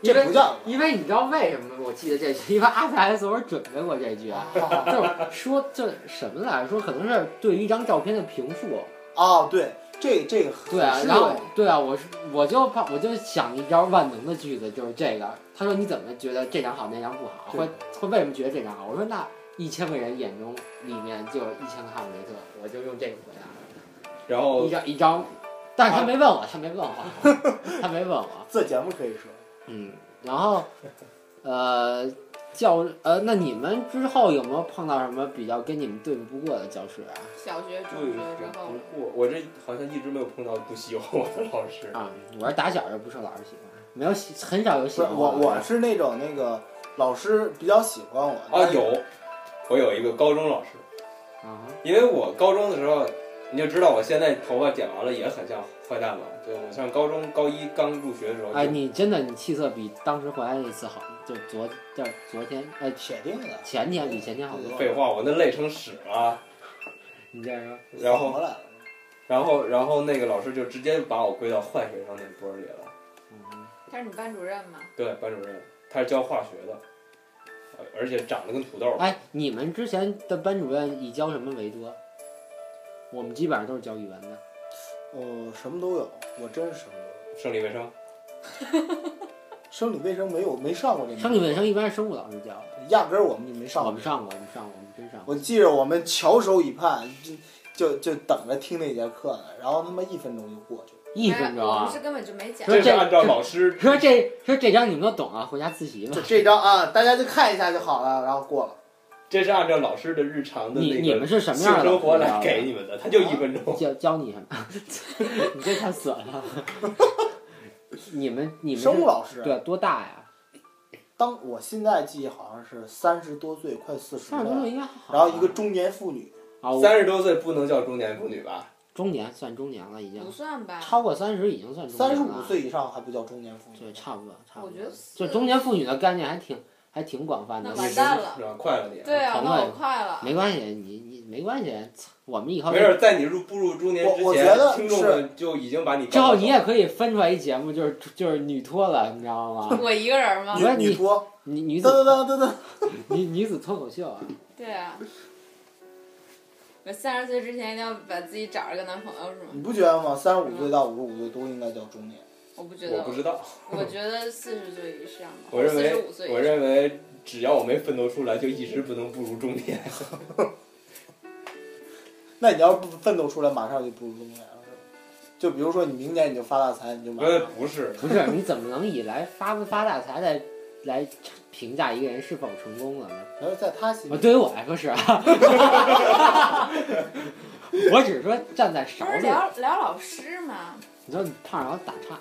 Speaker 7: 因
Speaker 3: 这
Speaker 7: 为
Speaker 3: 不叫。
Speaker 7: 因为你知道为什么我记得这句？因为阿才昨儿准备过这句，啊
Speaker 2: 就是说这什么来着？说可能是对于一张照片的评述。
Speaker 3: [LAUGHS] 哦，对，这这个很
Speaker 2: 对啊，
Speaker 3: 是
Speaker 2: 然后对啊，我是我就怕我就想一招万能的句子，就是这个。他说你怎么觉得这张好那张不好？
Speaker 3: 对
Speaker 2: 会会为什么觉得这张好？我说那一千个人眼中里面就有一千个哈姆雷特，我就用这个回答。
Speaker 6: 然后
Speaker 2: 一张一张，但是他没问我，他没问我， [LAUGHS] 他没问我。
Speaker 3: 这节目可以说。
Speaker 2: 嗯，然后呃教呃，那你们之后有没有碰到什么比较跟你们对付不过的教室啊？
Speaker 4: 小学、
Speaker 6: 对
Speaker 4: 中学之后，
Speaker 6: 不过我这好像一直没有碰到不喜欢我的老师。
Speaker 2: 啊，我是打小就不受老师喜欢，没有喜很少有喜
Speaker 3: 不是
Speaker 2: 欢
Speaker 3: 我，
Speaker 2: 的
Speaker 3: 我是那种那个老师比较喜欢我。
Speaker 2: 哦
Speaker 6: 啊，有，我有一个高中老师，
Speaker 2: 啊
Speaker 6: 因为我高中的时候，你就知道我现在头发剪完了也很像坏蛋嘛。就我上高中高一刚入学的时候，
Speaker 2: 哎，你真的你气色比当时回来那次好，就昨叫昨天哎前
Speaker 3: 铁定的。
Speaker 2: 前天比前天好多。
Speaker 6: 废话，我那累成屎了。
Speaker 2: 你这样说，
Speaker 6: 然后
Speaker 3: 怎么了？
Speaker 6: 然后，然后那个老师就直接把我归到坏学生那波儿里了。
Speaker 2: 嗯，
Speaker 4: 他是你班主任嘛？
Speaker 6: 对，班主任，他是教化学的，呃而且长得跟土豆儿。
Speaker 2: 哎，你们之前的班主任以教什么为多？我们基本上都是教语文的，
Speaker 3: 呃，什么都有，我真是什么都有。
Speaker 6: 生理卫生，
Speaker 3: 生理卫生没有没上过这门
Speaker 2: 生理卫生一般是生物老师教的。
Speaker 3: 压根儿我们就没上
Speaker 2: 我
Speaker 3: 过
Speaker 2: 们。上过，我们上过，我们真上过。
Speaker 3: 我记着我们翘首以盼，就就就等着听那节课呢，然后他妈一分钟就过去了。
Speaker 2: 一分钟
Speaker 4: 哎我们
Speaker 2: 啊
Speaker 4: 是！根本就没讲
Speaker 2: 不。
Speaker 6: 这是
Speaker 2: 是这
Speaker 6: 按照老师
Speaker 2: 说这说这章你们都懂啊，回家自习吧
Speaker 3: 就。这张啊，大家就看一下就好了，然后过了。
Speaker 6: 这是按照老师的日常的
Speaker 2: 你你
Speaker 6: 那
Speaker 2: 们
Speaker 6: 个
Speaker 2: 是什么
Speaker 6: 性
Speaker 2: 样的
Speaker 6: 生活
Speaker 2: 老
Speaker 6: 来
Speaker 2: 师啊
Speaker 6: 给你们的，他就一分钟。
Speaker 2: 教教你什么？ [LAUGHS] 你这太损了。你们你们
Speaker 3: 生物
Speaker 2: 是
Speaker 3: 老师，啊
Speaker 2: 对多大呀？
Speaker 3: 当我现在记忆好像是三十多岁，快四十
Speaker 2: 三十多岁
Speaker 3: 了，
Speaker 2: 应该还好吧。
Speaker 3: 然后一个中年妇女，
Speaker 2: 啊，我
Speaker 6: 三十多岁不能叫中年妇女吧？
Speaker 2: 中年算中年了，已
Speaker 4: 不
Speaker 2: 经
Speaker 4: 算吧，
Speaker 2: 超过三十已经算中
Speaker 3: 三
Speaker 2: 年
Speaker 3: 十
Speaker 2: 了。啊
Speaker 3: 五，岁以上还不叫中年妇女。
Speaker 2: 对，差不多差不
Speaker 4: 我
Speaker 2: 多
Speaker 4: 觉。得
Speaker 2: 就中年妇女的概念还挺还挺广泛的
Speaker 4: 那。完蛋了
Speaker 6: 是吧？快了点。
Speaker 4: 对啊，
Speaker 2: 疼
Speaker 4: 那
Speaker 2: 了
Speaker 4: 我快了。 [LAUGHS]
Speaker 2: 没关系，你你没关系，我们以后
Speaker 6: 没事，在你入步入中年之
Speaker 3: 啊我我觉
Speaker 6: 前
Speaker 3: 得，
Speaker 6: 听众
Speaker 3: 是
Speaker 6: 们就已经把你
Speaker 2: 之后你
Speaker 6: 搞
Speaker 2: 也可以分出来一节目，就是就是女脱了，你知道吗？
Speaker 4: 我一个人吗
Speaker 2: 你？说
Speaker 3: 女女托，
Speaker 2: 女女
Speaker 3: 噔噔
Speaker 2: 子
Speaker 3: 噔噔噔，
Speaker 2: 女女子脱口秀啊，
Speaker 4: 对啊。我三十岁之前一定要把自己找一个男朋友是吗？
Speaker 3: 你
Speaker 2: 嗯
Speaker 3: 不觉得吗？三十五岁到五十五岁都应该叫中年。
Speaker 4: 我不觉
Speaker 6: 懂了。
Speaker 4: 得，
Speaker 6: 我不知道，
Speaker 4: 我觉得四十岁以上吧，
Speaker 6: 我认
Speaker 4: 四十
Speaker 6: 为
Speaker 4: 五岁以
Speaker 6: 我
Speaker 4: 上。
Speaker 6: 认为只要我没奋斗出来，就一直不能步入中年。
Speaker 3: 那你要是不奋斗出来，马上就步入中年了，是吧？就比如说你明年你就发大财，你就
Speaker 6: [LAUGHS]
Speaker 3: 马
Speaker 6: 呃
Speaker 3: 上，
Speaker 6: 不是，
Speaker 2: 不是？你怎么能以来发不发大财来来评价一个人是否成功了呢？
Speaker 3: 然后在他
Speaker 2: 我
Speaker 3: 心里，
Speaker 2: 啊对于我来说是啊， [LAUGHS] 我只是说站在勺
Speaker 4: 不是
Speaker 2: 子，
Speaker 4: 聊聊老师嘛？
Speaker 2: 你说你胖然后打岔，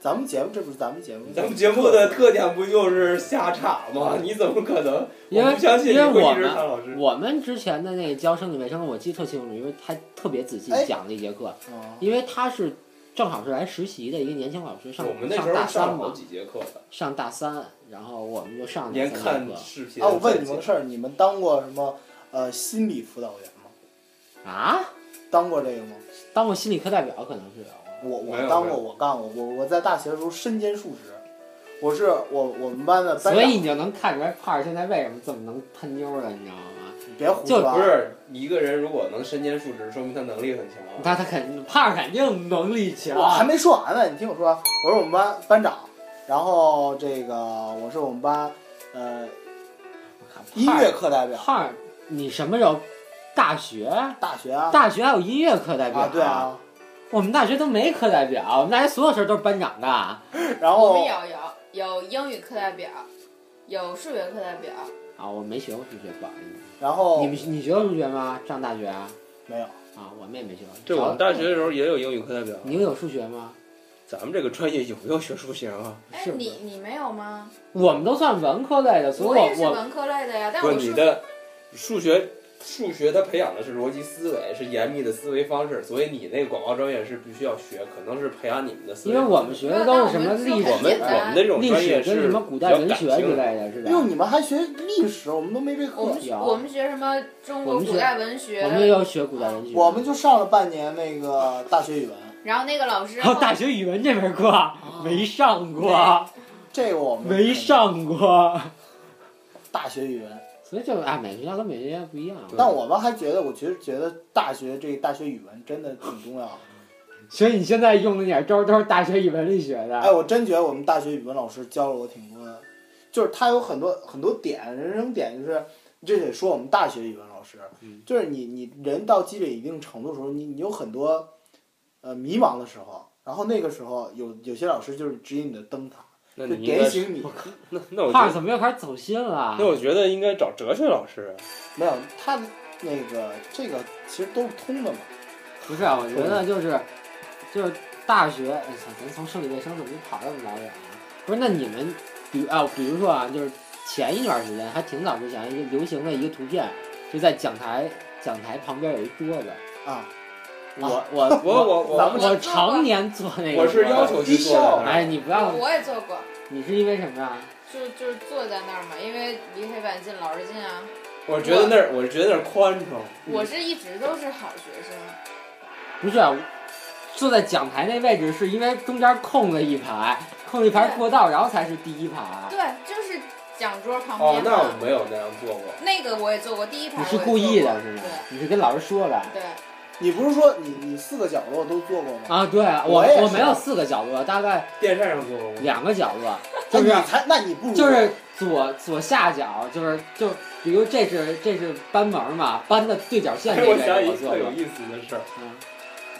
Speaker 3: 咱们节目这不是咱们节目，
Speaker 6: 咱们节目的特点不就是瞎岔吗？你怎么可能？
Speaker 2: 因
Speaker 6: 我
Speaker 2: 为
Speaker 6: 不相信你
Speaker 2: 因为
Speaker 6: 会
Speaker 2: 我
Speaker 6: 一直
Speaker 2: 们
Speaker 6: 看老师。
Speaker 2: 我们之前的那个教生理卫生，我记得特清楚，因为他特别仔细讲了一节课，
Speaker 3: 啊，
Speaker 2: 因为他是正好是来实习的一个年轻老师，上
Speaker 6: 我们那时
Speaker 2: 上
Speaker 6: 候
Speaker 2: 大
Speaker 6: 上
Speaker 2: 三
Speaker 6: 了好
Speaker 2: 嘛，
Speaker 6: 几节课的，
Speaker 2: 上大三，然后我们就上了
Speaker 6: 连
Speaker 2: 三
Speaker 6: 看
Speaker 2: 节
Speaker 6: 视频。
Speaker 3: 啊，我问你们个事儿，你们当过什么呃心理辅导员吗？
Speaker 2: 课啊，
Speaker 3: 当过这个吗？
Speaker 2: 当过心理课代表可能是有啊
Speaker 3: 我我
Speaker 6: 没有
Speaker 3: 当
Speaker 6: 没
Speaker 3: 过，
Speaker 6: 有
Speaker 3: 我干过，我我在大学的时候身兼数职，我是我我们班的班长，
Speaker 2: 所以你就能看出来胖儿现在为什么这么能喷妞了，你知道吗？
Speaker 3: 你别胡
Speaker 2: 就
Speaker 3: 说啊，
Speaker 6: 不是一个人如果能身兼数职，说明他能力很强。啊
Speaker 2: 他他肯胖儿肯定能力强，
Speaker 3: 我还没说完呢，你听我说啊，我是我们班班长，然后这个我是我们班呃音乐课代表，
Speaker 2: 胖儿，你什么时候大学？
Speaker 3: 大学啊
Speaker 2: 大学还有音乐课代表、
Speaker 3: 啊对，啊，
Speaker 2: 我们大学都没课代表，我们大学所有事儿都是班长啊干。
Speaker 3: 然
Speaker 2: 哦
Speaker 4: 我们
Speaker 3: 后
Speaker 4: 有有有英语课代表，有数学课代表，
Speaker 2: 啊，我没学过数学，不好意思。
Speaker 3: 然后
Speaker 2: 你们你学过数学吗？上大学啊？
Speaker 3: 没有，
Speaker 2: 啊，我们也没学过。
Speaker 5: 对，我们大学的时候也有英语课代表。啊
Speaker 2: 你们有数学吗？
Speaker 5: 咱们这个专业有没有学数学啊？
Speaker 4: 哎，
Speaker 2: 是
Speaker 4: 你你没有吗？
Speaker 2: 我们都算文科类的，所以
Speaker 4: 也是
Speaker 2: 我
Speaker 4: 文科类的呀，但
Speaker 6: 不，
Speaker 4: 我
Speaker 6: 你
Speaker 4: 数
Speaker 6: 的数学数学它培养的是逻辑思维，是严密的思维方式，所以你那个广告专业是必须要学，可能是培养你们的思
Speaker 2: 因
Speaker 6: 维
Speaker 2: 为
Speaker 6: 方式。
Speaker 2: 我们学的都是什么历啊
Speaker 4: 我
Speaker 6: 我们
Speaker 4: 们
Speaker 6: 我们的这种
Speaker 2: 历
Speaker 6: 专
Speaker 2: 史
Speaker 6: 业
Speaker 2: 跟
Speaker 6: 是
Speaker 2: 什么古代文学之
Speaker 6: 的。
Speaker 2: 类的，是哦吧？
Speaker 3: 哟，你们还学历史，我们都没这课
Speaker 4: 我，们
Speaker 2: 有
Speaker 4: 我们学什么中
Speaker 2: 我
Speaker 4: 国
Speaker 2: 们
Speaker 4: 古
Speaker 2: 学
Speaker 4: 代文学，
Speaker 2: 我们也有学古代文学。
Speaker 3: 我们就上了半年那个大学语文，
Speaker 4: 然后那个老师
Speaker 2: [LAUGHS] 然后哦
Speaker 4: 后
Speaker 2: 大学语文这门课 [LAUGHS] 没上过，
Speaker 3: 这个我们
Speaker 2: 没上过，
Speaker 3: 大学语文，
Speaker 2: 所以就哎，每个学校跟每个学校不一样。啊
Speaker 3: 但我们还觉得，我其实觉得大学这大学语文真的挺重要的。
Speaker 2: 所以你现在用的那点招儿都是大学语文里学
Speaker 3: 哎，
Speaker 2: 的。
Speaker 3: 我真觉得我们大学语文老师教了我挺多的，就是他有很多很多点，人生点就是，这得说我们大学语文老师，
Speaker 2: 嗯
Speaker 3: 就是你你人到积累一定程度的时候，你你有很多呃迷茫的时候，然后那个时候有有些老师就是指引你的灯塔，
Speaker 5: 那
Speaker 3: 就
Speaker 5: 你应该
Speaker 3: 点醒你。
Speaker 5: 那那我
Speaker 2: 胖
Speaker 5: 觉
Speaker 2: 儿
Speaker 5: 得
Speaker 2: 怎么又开始走心了啊
Speaker 5: 那？我觉得应该找哲学老师。
Speaker 3: 没有他那个这个其实都是通的嘛，
Speaker 2: 不是，啊我觉得就是就是大学，哎操，咱从生理卫生怎么就跑这么老远啊？不是，那你们比啊，比如说啊，就是前一段时间还挺早之前，一个流行的一个图片，就在讲台讲台旁边有一桌子。
Speaker 3: 啊，
Speaker 2: 我我
Speaker 6: 我我
Speaker 2: 我
Speaker 6: 我
Speaker 4: 们
Speaker 2: 我常年坐那个，
Speaker 6: 我是要。求去做的，
Speaker 2: 哎，你不要，
Speaker 4: 我也做过，
Speaker 2: 你是因为什么呀？
Speaker 4: 就就是坐在那儿嘛，因为离黑板近，老师近啊。
Speaker 6: 我觉得那儿我觉得那儿宽敞。
Speaker 4: 我是一直都是好学生，
Speaker 2: 不是啊，坐在讲台那位置是因为中间空了一排，空了一排过道，然后才是第一排。
Speaker 4: 对，就是讲桌旁
Speaker 6: 哦
Speaker 4: 边，
Speaker 6: 那
Speaker 4: 嘛
Speaker 6: 我没有那样做过。
Speaker 4: 那个我也坐过，第一排
Speaker 2: 你
Speaker 4: 我
Speaker 2: 是
Speaker 4: 也
Speaker 2: 故意
Speaker 4: 坐
Speaker 2: 的
Speaker 4: 过
Speaker 2: 是吗？你是跟老师说的
Speaker 4: 对对。
Speaker 3: 你不是说你你四个角落都做过吗？
Speaker 2: 啊？对，我
Speaker 3: 我也是
Speaker 2: 没有四个角落，大概
Speaker 6: 电扇上做过吗？
Speaker 2: 两个角落，
Speaker 3: 哎
Speaker 2: 就
Speaker 3: 你
Speaker 2: 是啊
Speaker 3: 才那你不如
Speaker 2: 就是左左下角，就是就比如这是这是班门嘛，班的对角线
Speaker 6: [LAUGHS] 哎，
Speaker 2: 这
Speaker 6: 我
Speaker 2: 边
Speaker 6: 想起
Speaker 2: 我
Speaker 6: 一
Speaker 2: 做
Speaker 6: 特有
Speaker 2: 过。
Speaker 6: 意思的事儿。
Speaker 2: 嗯，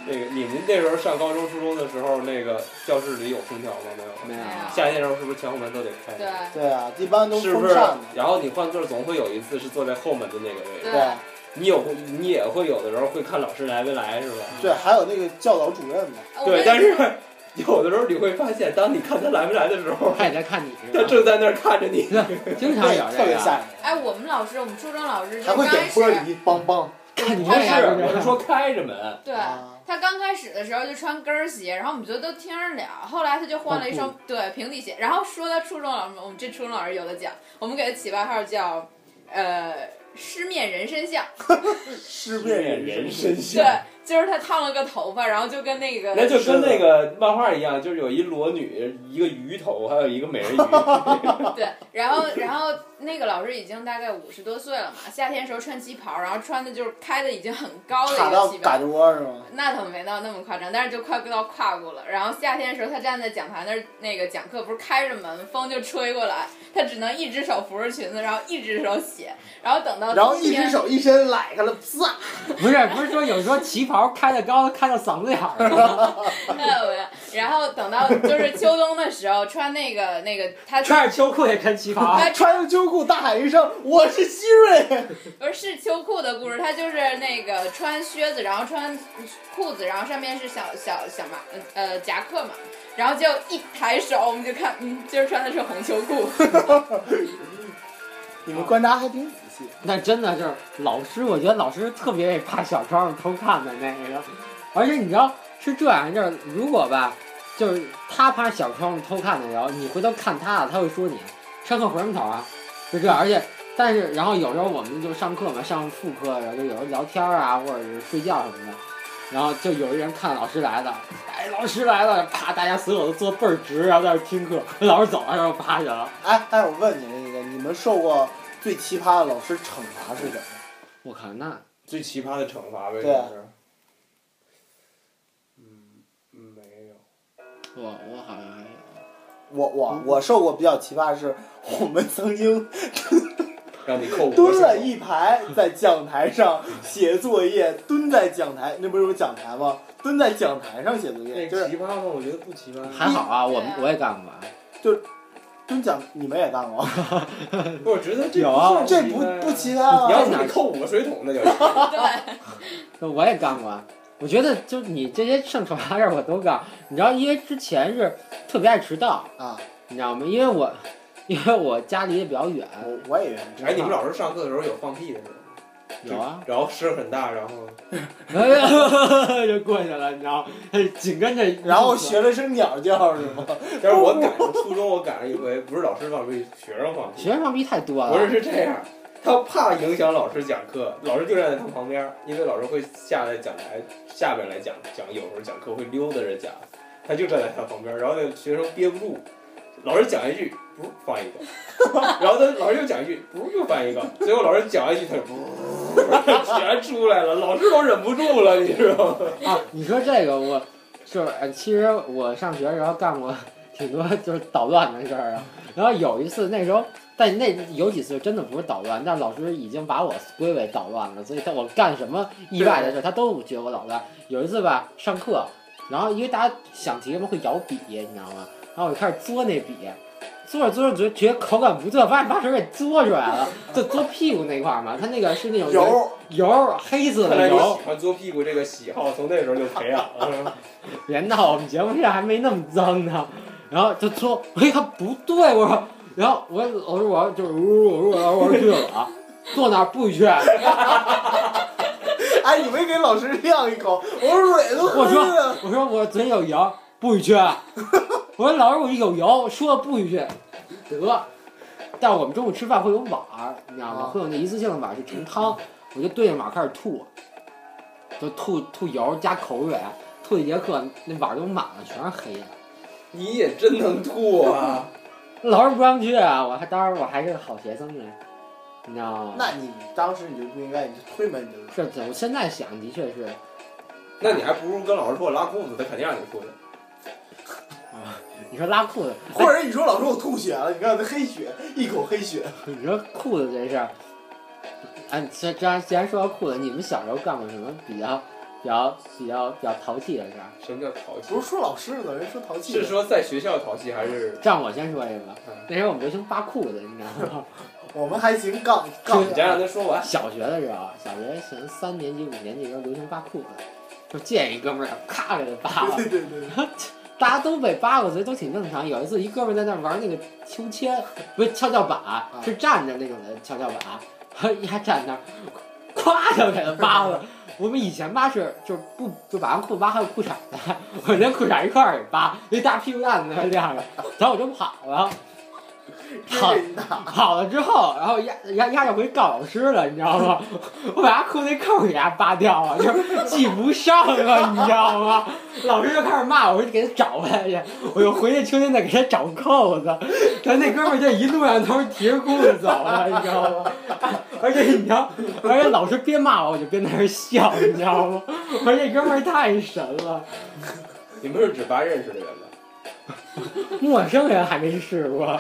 Speaker 6: 那个你们那时候上高中、初中的时候，那个教室里有空调吗？没有。
Speaker 2: 没有。
Speaker 6: 夏天的时候是不是前后门都得开？
Speaker 4: 对。呃
Speaker 3: 对啊，一般都
Speaker 6: 是不
Speaker 3: 风
Speaker 6: 是
Speaker 3: 扇的，？
Speaker 6: 然后你换座儿总会有一次是坐在后门的那个位置，
Speaker 4: 对
Speaker 3: 对啊
Speaker 6: 你有你也会有的时候会看老师来没来是吧？
Speaker 3: 对，还有那个教导主任嘛。
Speaker 4: 我
Speaker 6: 对
Speaker 4: 们，
Speaker 6: 但是 [LAUGHS] 有的时候你会发现，当你看他来没来的时
Speaker 2: [LAUGHS]
Speaker 6: 候，
Speaker 2: 他也在看你
Speaker 6: 他 [LAUGHS]
Speaker 2: 是吧？
Speaker 6: 正在那儿看着你。
Speaker 2: 经常
Speaker 3: 对，
Speaker 2: 有这
Speaker 3: 特别
Speaker 2: 个。
Speaker 3: 吓
Speaker 4: 哎，
Speaker 3: 人，
Speaker 4: 我们老师，我们初中老师就
Speaker 3: 还
Speaker 4: 刚
Speaker 3: 会
Speaker 4: 开
Speaker 3: 点
Speaker 4: 始
Speaker 3: 玻，璃，梆�ं。
Speaker 2: 看你
Speaker 6: 不
Speaker 2: 为
Speaker 6: 是
Speaker 2: 啥要这，样
Speaker 6: 我是啊说开着门。
Speaker 4: 对。
Speaker 3: 啊
Speaker 4: 他刚开始的时候就穿跟儿鞋，然后我们觉得都听着了。后来他就换了一双对平底鞋。然后说到初中老师，我们这初中老师有的讲，我们给他起外号叫呃失面人身像。
Speaker 3: 尸
Speaker 6: 变人身像
Speaker 4: 对，
Speaker 3: [LAUGHS]
Speaker 4: 就是他烫了个头发，然后就跟那个
Speaker 6: 那就跟那个漫画一样，就是有一裸女，一个鱼头，还有一个美人鱼。
Speaker 4: 对，然后然后那个老师已经大概五十多岁了嘛，夏天时候穿旗袍，然后穿的就是开的已经很高的
Speaker 3: 卡
Speaker 4: 一
Speaker 3: 到
Speaker 4: 个
Speaker 3: 胳
Speaker 4: 旗袍。
Speaker 3: 肢窝是吗？
Speaker 4: 那倒没到那么夸张，但是就快到胯骨了。然后夏天的时候，他站在讲台那儿那个讲课，不是开着门，风就吹过来，他只能一只手扶着裙子，然后一只手写，然后等到
Speaker 3: 然后一
Speaker 4: 天
Speaker 3: 只
Speaker 4: [LAUGHS]
Speaker 3: 手一伸，揽开了，啪！
Speaker 2: 不是不是说有时候旗袍开的高，开到嗓子眼儿了。
Speaker 4: 没有没有，然后等到就是秋冬的时候，穿那个那个他
Speaker 2: 穿着秋裤也穿旗袍，
Speaker 4: 哎
Speaker 3: 啊穿上秋裤，大喊一声：“我是希瑞
Speaker 4: 不是是秋裤的故事，他就是那个穿靴子，然后穿裤子，然后上面是小小小马呃夹克嘛，然后就一抬手，我们就看，嗯，今儿穿的是红秋裤。！”
Speaker 3: [LAUGHS] 你们观察还挺仔细。
Speaker 2: 那真的就是老师，我觉得老师特别怕小窗户偷看的那个。而且你知道，是这样，就是如果吧，就是他趴小窗户偷看的时候，你回头看他了，他会说你上课回什么头啊？就这样，而且但是然后有时候我们就上课嘛，上副课，然后就有时候聊天啊，或者是睡觉什么的，然后就有一人看老师来了，哎，老师来了，啪，大家所有都坐倍儿直，然后在那儿听课，老师走了，然后趴下了。
Speaker 3: 哎哎，我问你们一个，你们受过最奇葩的老师惩罚是什么？
Speaker 2: 我靠，那
Speaker 6: 最奇葩的惩罚呗，
Speaker 3: 对啊
Speaker 6: 就是。嗯，没有。
Speaker 2: 我我好像还有
Speaker 3: 我我我受过比较奇葩的是，我们曾经
Speaker 6: 让你扣五个
Speaker 3: 蹲了
Speaker 6: 手
Speaker 3: 一排在讲台上写作业，蹲在讲台，那不是有讲台吗？蹲在讲台上写作业，
Speaker 6: 那
Speaker 3: 就是
Speaker 6: 奇葩吗？我觉得不奇葩。
Speaker 2: 还好啊，我们
Speaker 4: 对啊
Speaker 2: 我也干过啊。
Speaker 3: 蹲讲，你们也干
Speaker 6: [LAUGHS]
Speaker 3: 过，
Speaker 6: 我觉得这
Speaker 2: 有啊
Speaker 6: 不
Speaker 3: 这
Speaker 6: 算奇
Speaker 3: 不
Speaker 6: 葩呀
Speaker 3: 不奇葩
Speaker 6: 你
Speaker 3: 啊。
Speaker 6: 要是你扣五个水桶，那就是。
Speaker 4: 对，
Speaker 2: 那我也干过啊。我觉得就是你这些上惩罚事儿我都干，你知道，因为之前是特别爱迟到，
Speaker 3: 啊，
Speaker 2: 你知道吗？因为我， [LAUGHS] 因为我家离得比较远，
Speaker 3: 我我也
Speaker 6: 哎，你们老师上课的时候有放屁的吗？
Speaker 2: 有啊，
Speaker 6: 然后声很大，然后
Speaker 2: [LAUGHS] 就过去了，你知道吗？紧跟着，
Speaker 3: 然后学了声鸟叫是
Speaker 6: [LAUGHS]
Speaker 3: 吗？
Speaker 6: 但是我赶上初中，我赶上一回，不是老师放屁，学生放
Speaker 2: 学
Speaker 6: 屁。
Speaker 2: 生放屁太多了，
Speaker 6: 不是是这样，他怕影响老师讲课，老师就站在他旁边，因为老师会下来讲台下边来讲讲，有时候讲课会溜达着讲，他就站在他旁边，然后那个学生憋不住，老师讲一句，不是放一个，然后他老师又讲一句，不是又放一个，最后老师讲一句，他就噗 [LAUGHS] 全出来了，老师都忍不住了，你知道吗？
Speaker 2: [LAUGHS] 啊，你说这个我，就是呃其实我上学的时候干过 [LAUGHS] 挺多就是捣乱的事儿啊。然后有一次那时候，但那有几次真的不是捣乱，但老师已经把我归为捣乱了，所以他我干什么意外的事儿，他都觉得我捣乱。有一次吧，上课，然后因为大家想题嘛会摇笔，你知道吗？然后我就开始嘬那笔。嘬着嘬着，觉觉得口感不对，发现把手给嘬出来了，就嘬屁股那块儿嘛。它那个是那种
Speaker 3: 油
Speaker 2: 油黑色
Speaker 6: 看
Speaker 2: 的
Speaker 6: 来你
Speaker 2: 油，
Speaker 6: 喜欢嘬屁股这个喜好，从那时候就培养了。 [LAUGHS]
Speaker 2: 别闹，我们节目现在还没那么脏呢。然后就说，我一看不对，我说，然后我我说我就是呜呜呜，然后我说去了，啊坐那儿不许去。
Speaker 3: 哎，你没给老师晾一口，我水都
Speaker 2: 我
Speaker 3: 喝了。
Speaker 2: 我说我嘴有油，不许去。我说老师我有油，说不许去，得。但我们中午吃饭会有碗儿，你知道吗
Speaker 3: 啊？
Speaker 2: 会有那一次性的碗儿是盛汤，我就对着碗开始吐，就吐吐油加口水，吐一节课那碗儿都满了，全是黑的。
Speaker 6: 你也真能吐啊！
Speaker 2: 老师不让去啊！我还当时我还是个好学生呢，你知道吗？
Speaker 3: 那你当时你就不应该，你就推门你就。
Speaker 2: 是我现在想，的确是，
Speaker 6: 那你还不如跟老师说我拉裤子，他肯定让你吐的。
Speaker 2: 你说拉裤子，
Speaker 3: 或 [LAUGHS] 者你说老师我吐血了，你看那黑血，一口黑血。
Speaker 2: 你说裤子这事儿，哎，这这既然说到裤子，你们小时候干过什么比较比较比较比较淘气的事儿？
Speaker 6: 什么叫淘气
Speaker 3: 不？是说老师呢，人说淘气呢。
Speaker 6: 是说在学校淘气还是？
Speaker 2: 这样我先说一个
Speaker 6: 嗯，
Speaker 2: 那时候我们流行扒裤子，你知道吗？
Speaker 3: 我们还行，杠杠
Speaker 6: 你先让他说完。
Speaker 2: 小学的时候，小学前三年级、五年级的时候流行扒裤子，就见一哥们儿咔给他扒了。
Speaker 3: [LAUGHS] 对对对对，
Speaker 2: 大家都被扒过，所以都挺正常。有一次，一哥们在那玩那个秋千，不是跷跷板，是站着那种的跷跷板，一还站那儿，咵就给他扒了。我们以前扒是就不就把人裤扒还有裤衩的，我连裤衩一块儿给扒，那大屁股蛋子在那晾着，然后我就跑了。跑
Speaker 3: 真的
Speaker 2: 跑了之后，然后压压压着回告老师了，你知道吗？ [LAUGHS] 我把他裤内扣给他扒掉了，就是系不上了，你知道吗？老师就开始骂我，我就给他找回来去，我又回去秋天再给他找扣子，咱那哥们儿就一路上都是提着裤子走的，你知道吗？ [LAUGHS] 而且你知道，而且老师边骂我，我就边在那儿笑，你知道吗？我说这哥们儿太神了，
Speaker 6: 你们是只扒认识的人吗？
Speaker 2: 陌生人还没试过。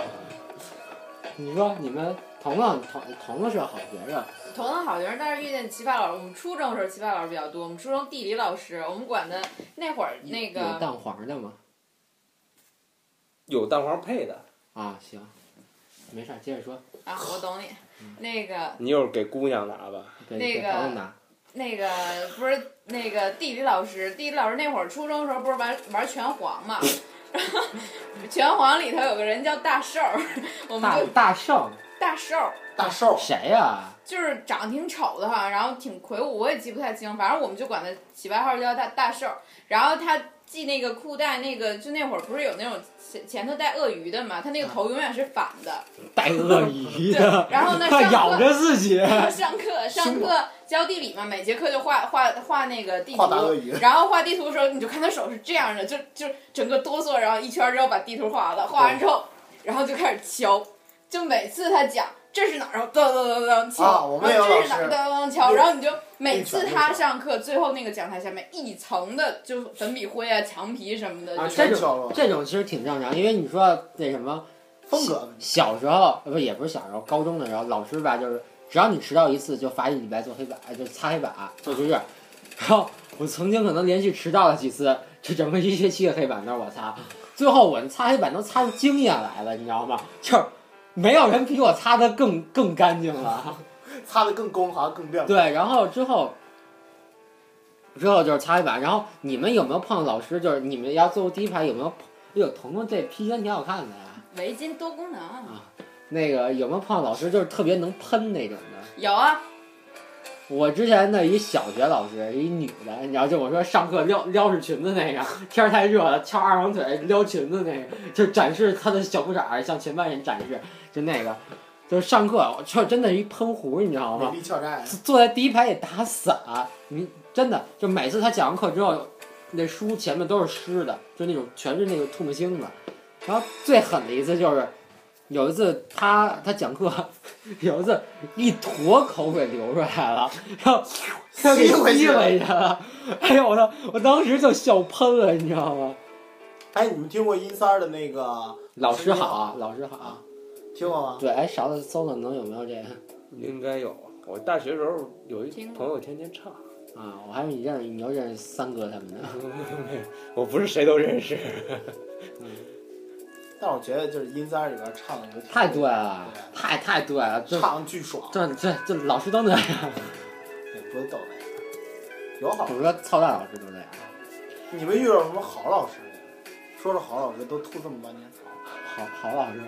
Speaker 2: 你说你们彤彤彤彤彤是好学生。
Speaker 4: 同等好学生，但是遇见奇葩老师。我们初中的时候奇葩老师比较多，我们初中地理老师，我们管的那会儿那
Speaker 2: 有
Speaker 4: 个
Speaker 2: 蛋黄的吗？
Speaker 6: 有蛋黄配的。
Speaker 2: 啊，行，没事儿，接着说。
Speaker 4: 啊，我懂你，那个
Speaker 6: 你一会儿给姑娘拿吧。
Speaker 2: 给
Speaker 4: 那
Speaker 2: 给
Speaker 4: 个
Speaker 2: 朋友拿，
Speaker 4: 那个不是那个地理老师，地理老师那会儿初中的时候不是玩玩拳皇嘛， [LAUGHS] 然后拳皇里头有个人叫大兽儿，我们
Speaker 2: 大
Speaker 4: 就
Speaker 2: 大圣，
Speaker 4: 大瘦，
Speaker 3: 大少，
Speaker 2: 谁呀？
Speaker 4: 就是长得挺丑的哈，然后挺魁梧，我也记不太清，反正我们就管他起外号叫大大瘦。然后他系那个裤带，那个就那会儿不是有那种前前头带鳄鱼的嘛，他那个头永远是反
Speaker 2: [LAUGHS]
Speaker 4: 的。
Speaker 2: 带鳄鱼 [LAUGHS]
Speaker 4: 对
Speaker 2: 的，，
Speaker 4: 然后呢，
Speaker 2: 快
Speaker 4: 上
Speaker 2: 咬
Speaker 4: 课
Speaker 2: 着自己。
Speaker 4: [LAUGHS] 上课上课教地理嘛，每节课就画画画那个地
Speaker 3: 画大鳄
Speaker 4: 图，
Speaker 3: 鱼，
Speaker 4: 然后画地图的时候，你就看他手是这样的，就就整个哆嗦，然后一圈儿之后把地图画完了，画完之后，然后就开始敲，就每次他讲这是哪儿，然后噔噔噔噔敲，
Speaker 3: 啊我们也
Speaker 4: 然
Speaker 3: 有
Speaker 4: 后这是哪
Speaker 3: 老
Speaker 4: 儿，
Speaker 3: 师
Speaker 4: 噔噔噔敲，然后你就每次
Speaker 3: 用拳
Speaker 4: 他上课最后那个讲台下面一层的就粉笔灰啊、墙皮什么的，
Speaker 2: 啊
Speaker 4: 就
Speaker 2: 这
Speaker 3: 全
Speaker 2: 种
Speaker 3: 敲了，
Speaker 2: 这种其实挺正常，因为你说那什么，
Speaker 3: 风格问题。
Speaker 2: 小时候呃不也不是小时候，高中的时候，老师吧就是只要你迟到一次就罚一礼拜做黑板，呃就擦黑板做值日。然后我曾经可能连续迟到了几次，这整个一学期的黑板都是我擦。最后我擦黑板都擦出经验来了，你知道吗？就是没有人比我擦的更更干净了。
Speaker 3: 擦的更光滑更亮。
Speaker 2: 对，然后之后，之后就是擦黑板。然后你们有没有碰到老师？就是你们要坐第一排有没有碰？哎呦，彤彤这披肩挺好看的呀。
Speaker 4: 围巾多功能。啊
Speaker 2: 啊那个有没有碰到老师就是特别能喷那种的？
Speaker 4: 有啊，
Speaker 2: 我之前的一小学老师，一女的，你知道，就我说上课撩撩是裙子那个，天儿太热了，翘二郎腿撩裙子那个，就展示她的小裤衩儿向全班人展示，就那个，就是上课就真的一喷壶，你知道吗
Speaker 3: 美？丽挑战，
Speaker 2: 坐在第一排也打伞，你真的就每次他讲完课之后，那书前面都是湿的，就那种全是那个唾沫星子。然后最狠的一次就是，有一次他他讲课， [LAUGHS] 有一次一坨口水流出来了，然后他给
Speaker 3: 吸回去
Speaker 2: [LAUGHS] 吸回去了。哎呦我操！我当时就笑喷了，你知道吗？
Speaker 3: 哎，你们听过一三儿的那个
Speaker 2: 老师好啊，老师好啊。
Speaker 3: 听过吗？
Speaker 2: 对，哎，勺子搜搜能有没有这个
Speaker 6: 应该有。我大学时候有一
Speaker 4: 听过
Speaker 6: 朋友天天唱，
Speaker 2: 啊？我还以为你认识，你又认识三哥他们呢。
Speaker 6: 我不是谁都认识。
Speaker 3: 但我觉得就是音三儿里边唱的有点
Speaker 2: 太对了，
Speaker 3: 对
Speaker 2: 太太对了，这
Speaker 3: 唱巨爽，
Speaker 2: 这这这老师都那样，
Speaker 3: 也不是逗那个，有好
Speaker 2: 我。说操蛋老师都那样。
Speaker 3: 你们遇到什么好老师没？说说好老师都吐这么半天槽，
Speaker 2: 好好老师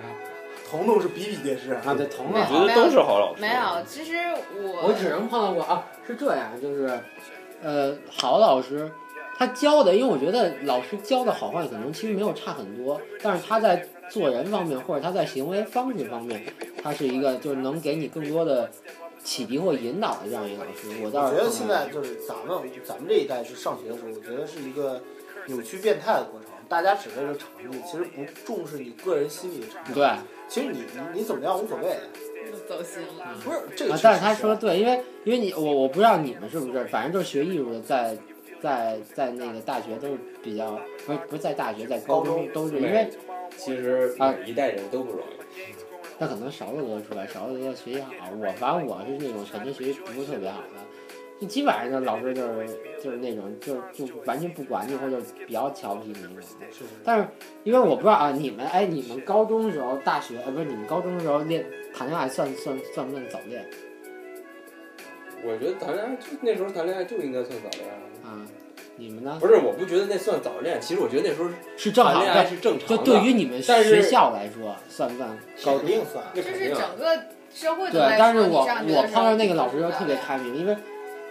Speaker 3: 彤彤是比比皆是。
Speaker 2: 啊，对，同
Speaker 6: 我
Speaker 2: 类
Speaker 4: 没有
Speaker 6: 觉得都是好老师。
Speaker 4: 没有，其实我
Speaker 2: 我只能碰到过啊，是这样，就是，呃，好老师，他教的，因为我觉得老师教的好坏可能其实没有差很多，但是他在做人方面或者他在行为方式方面，他是一个就是能给你更多的启迪或引导的这样一个老师。我
Speaker 3: 我
Speaker 2: 倒
Speaker 3: 觉
Speaker 2: 是
Speaker 3: 得现在就是咱们咱们这一代去上学的时候，我觉得是一个扭曲变态的过程。大家只为了成绩，其实不重视你个人心理的成长。
Speaker 2: 对啊，
Speaker 3: 其实你你怎么样无所谓，
Speaker 4: 走心了。
Speaker 3: 不是这个。
Speaker 2: 啊但是他说的对，因为因为你我我不知道你们是不是，反正就是学艺术的在在在那个大学都是比较，不是不是在大学，在高中都是，因为
Speaker 6: 其实每一代人都不容易。
Speaker 2: 那可能勺子哥出来，勺子哥学习好，我反正我是那种肯定学习不是特别好的，就基本上就老师就是就是那种就就完全不管你，或者比较瞧不起你那种。
Speaker 3: 是是
Speaker 2: 但是因为我不知道啊，你们哎，你们高中的时候、大学呃不是你们高中的时候恋谈恋爱算算算不算早恋
Speaker 6: 我觉得谈恋爱就那时候谈恋爱就应该算早恋啊。
Speaker 2: 啊？你们呢？
Speaker 6: 不是，我不觉得那算早恋。其实我觉得那时候
Speaker 2: 是正
Speaker 6: 谈
Speaker 2: 好
Speaker 6: 恋爱
Speaker 2: 对，
Speaker 6: 是正常
Speaker 2: 就
Speaker 6: 的。
Speaker 2: 对于你们
Speaker 6: 但是
Speaker 2: 学校来说，算不算高
Speaker 3: 肯
Speaker 2: 中？
Speaker 3: 定算。
Speaker 6: 那
Speaker 4: 这
Speaker 6: 肯
Speaker 4: 是
Speaker 6: 定啊
Speaker 4: 整个社会都
Speaker 2: 对啊
Speaker 4: 在，
Speaker 2: 但是
Speaker 4: 说你
Speaker 2: 我
Speaker 4: 上学
Speaker 2: 我
Speaker 4: 的时
Speaker 2: 碰
Speaker 4: 候
Speaker 2: 到那
Speaker 4: 你
Speaker 2: 个老师
Speaker 4: 就
Speaker 2: 就是特别开明，因为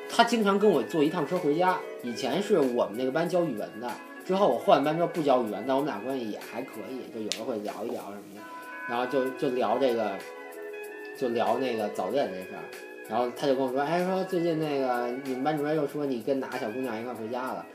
Speaker 2: 他经常跟我坐一趟车回家。以前是我们那个班教语文的，之后我换班之后不教语文，但我们俩关系也还可以，就有时候会聊一聊什么的，然后就就聊这个，就聊那个早恋这事儿。然后他就跟我说：“哎，说最近那个你们班主任又说你跟哪个小姑娘一块儿回家了。”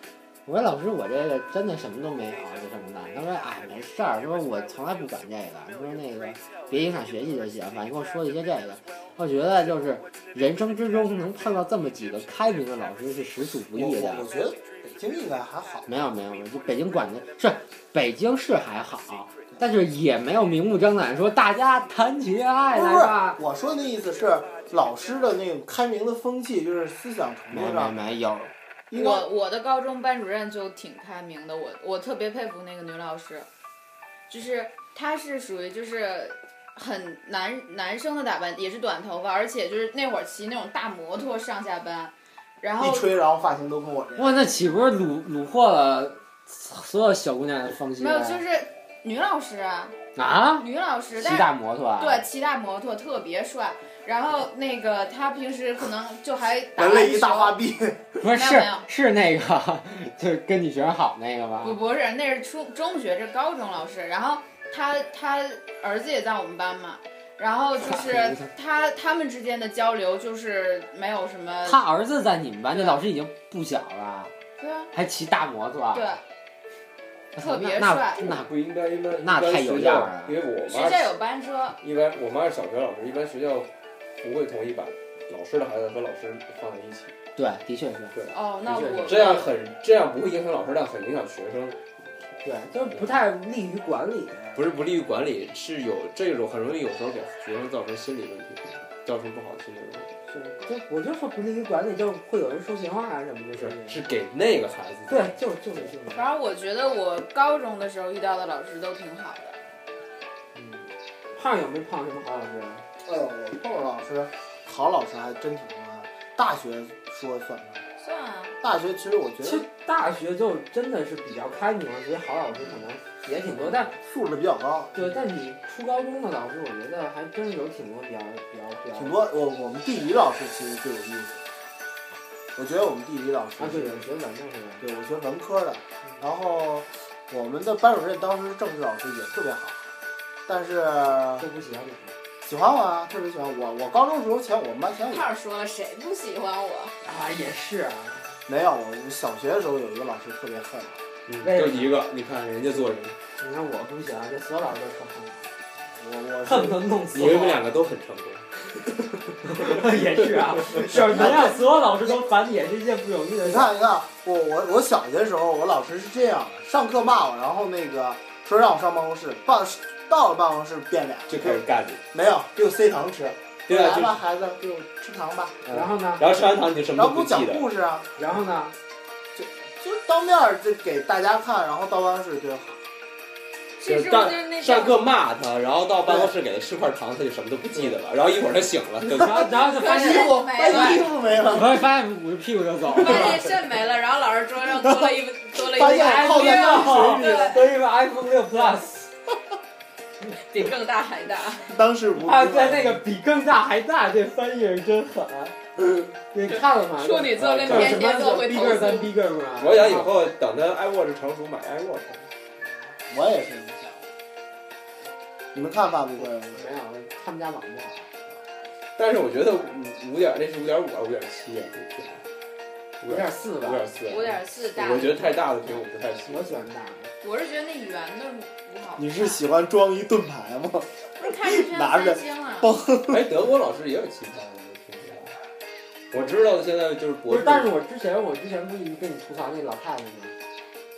Speaker 2: 我说：“老师，我这个真的什么都没有，就什么的。”他说：“哎，没事儿，说我从来不管这个，说那个别影响学习就行。反正跟我说一些这个。”我觉得就是人生之中能碰到这么几个开明的老师是实属不
Speaker 3: 我
Speaker 2: 易的
Speaker 3: 我。我觉得北京应该还好。
Speaker 2: 没有没有没有，就北京管的是北京是还好，但是也没有明目张胆说大家谈起恋爱
Speaker 3: 不
Speaker 2: 来
Speaker 3: 是
Speaker 2: 吧。
Speaker 3: 我说的意思是，老师的那种开明的风气，就是思想程
Speaker 2: 没
Speaker 3: 度
Speaker 2: 没
Speaker 3: 上
Speaker 2: 没有，
Speaker 3: 应该
Speaker 4: 我我的高中班主任就挺开明的，我我特别佩服那个女老师，就是她是属于就是很男男生的打扮，也是短头发，而且就是那会儿骑那种大摩托上下班，然
Speaker 3: 一
Speaker 4: 后
Speaker 3: 吹，然后发型都跟我这样。
Speaker 2: 哇，那岂不是虏虏获了所有小姑娘的芳心？
Speaker 4: 没有就是女老师啊，
Speaker 2: 啊，
Speaker 4: 女老师，
Speaker 2: 骑
Speaker 4: 但是
Speaker 2: 大摩托啊，
Speaker 4: 对，骑大摩托特别帅。然后那个他平时可能就还打
Speaker 3: 人
Speaker 4: 篮
Speaker 3: 类
Speaker 4: 球啊
Speaker 3: 一大花臂，
Speaker 2: 不是
Speaker 4: 没有
Speaker 2: 是
Speaker 4: 没有
Speaker 2: 是那个， [LAUGHS] 就是跟女学生好那个吧
Speaker 4: 不？不是，那是初中学，这是高中老师。然后他他儿子也在我们班嘛，然后就是他他们之间的交流就是没有什么，
Speaker 2: 他儿子在你们班，那老师已经不小了，
Speaker 4: 对啊
Speaker 2: 还骑大摩托，啊
Speaker 4: 对，特别
Speaker 2: 那
Speaker 4: 帅
Speaker 2: 那那
Speaker 6: 不应该，应该
Speaker 2: 那太有样儿了
Speaker 6: 因为我
Speaker 4: 学
Speaker 6: 妈
Speaker 4: 校有班车，
Speaker 6: 一般我妈是小学老师，一般学校不会同意把老师的孩子和老师放在一起，
Speaker 2: 对，的确是。
Speaker 4: 哦，那
Speaker 2: 的确
Speaker 4: 我
Speaker 6: 这样很这样不会影响老师，但很影响学生。
Speaker 7: 对，就是不太利于管理。
Speaker 6: 不是不利于管理，是有这种很容易有时候给学生造成心理问题，造成不好的心理问题，
Speaker 7: 是，就我就说不利于管理，就是会有人说闲话啊什么的。
Speaker 6: 就是
Speaker 7: 是，
Speaker 6: 是给那个孩子。
Speaker 7: 对，就是就是就是。
Speaker 4: 反正我觉得我高中的时候遇到的老师都挺好的。
Speaker 7: 嗯，胖有没有胖什么好老师？啊
Speaker 3: 哎呦，我碰上老师，好老师还真挺多的。大学说算不上，
Speaker 4: 算啊，
Speaker 3: 大学其实我觉
Speaker 7: 其实
Speaker 3: 得
Speaker 7: 大学就真的是比较开明，所以好老师可能也挺多，但
Speaker 3: 素质比较高，
Speaker 7: 对，但你初高中的老师，我觉得还真有挺多比较比较比较
Speaker 3: 挺多。我我们地理老师其实最有意思，我觉得我们地理老师
Speaker 7: 啊，对，有学文的是吧？嗯
Speaker 3: 对我学文科的，然后我们的班主任当时政治老师也特别好，但是
Speaker 7: 都不喜欢你。
Speaker 3: 喜欢我啊，特别喜欢我。我高中时候前我们班前五，
Speaker 4: 胖儿说了，谁不喜欢我？
Speaker 7: 啊，也是啊，
Speaker 3: 没有我小学的时候有一个老师特别恨我。
Speaker 6: 嗯，
Speaker 7: 为
Speaker 6: 就
Speaker 7: 什么
Speaker 6: 一个，你看人家做人，
Speaker 7: 你看我不喜欢，这所有老师都说恨我，
Speaker 3: 我我
Speaker 7: 恨
Speaker 3: 是
Speaker 7: 不得弄死
Speaker 6: 你们
Speaker 7: 我。
Speaker 6: 两个都很成功。
Speaker 7: 也是啊， [LAUGHS] 是能让所有老师都烦你，也是一件不容易的
Speaker 3: 你
Speaker 7: 事儿。
Speaker 3: 看你看，我我我小学时候，我老师是这样的，上课骂我，然后那个说让我上办公室，办到了办公室变脸，
Speaker 6: 就开始干你，
Speaker 3: 没有给我塞糖吃，
Speaker 6: 对啊，
Speaker 3: 来
Speaker 6: 就
Speaker 3: 吧孩子，给我吃糖吧，
Speaker 6: 嗯
Speaker 7: 然后呢？
Speaker 6: 然后吃完糖你就什
Speaker 3: 然
Speaker 6: 么
Speaker 3: 后
Speaker 6: 都不
Speaker 3: 给我讲
Speaker 6: 记得。
Speaker 3: 故事啊，
Speaker 7: 然后呢？
Speaker 3: 就是当面儿就给大家看，然后到办公室对
Speaker 4: 这是不
Speaker 6: 但
Speaker 4: 是就是那
Speaker 6: 上
Speaker 4: 种
Speaker 6: 课骂他，然后到办公室给他吃块糖，他就什么都不记得了。然后一会儿他醒了，就
Speaker 7: 然后然后就 [LAUGHS] 发现，
Speaker 4: 我
Speaker 3: 把衣服没了，
Speaker 2: 我发现捂着屁股就走
Speaker 4: 发现肾没了，然后老师桌上多了一多了一
Speaker 3: 发
Speaker 4: 个
Speaker 3: 现我靠在那儿水里了，
Speaker 7: 都是因为 iPhone [LAUGHS] 六 Plus
Speaker 4: 比更大还大。
Speaker 3: 当时无
Speaker 7: 啊，对那个比更大还大，这翻译是真狠。你看了吗？
Speaker 4: 处女座跟
Speaker 6: 啊
Speaker 7: 叫什
Speaker 4: 天
Speaker 7: 么
Speaker 4: 蝎座会
Speaker 7: 逼
Speaker 4: 投
Speaker 7: 格
Speaker 4: 诉
Speaker 7: 咱。逼格吗？
Speaker 6: 我想以后等他 iWatch 成熟买 iWatch。
Speaker 3: 我也是这么想的。你们看发布会吗？
Speaker 7: 没有，他们家网不好。
Speaker 6: 但是我觉得五五点那是五点五啊，五点七啊，
Speaker 7: 五点四吧
Speaker 6: 五，点四，啊
Speaker 4: 五点四大，
Speaker 6: 我觉得太大的屏我不太喜
Speaker 7: 我
Speaker 6: 欢。
Speaker 7: 喜欢大的。
Speaker 4: 我是觉得那圆的不好看。
Speaker 3: 你是喜欢装一盾牌吗？
Speaker 4: 不是看着就
Speaker 3: 拿
Speaker 4: 像
Speaker 3: 着
Speaker 4: 三星啊？
Speaker 6: 哎，德国老师也有其他的，我听说。我知道的现在就是
Speaker 7: 不
Speaker 6: 博
Speaker 7: 是
Speaker 6: 士，，
Speaker 7: 但是我之前我之前不是跟你吐槽那老太太吗？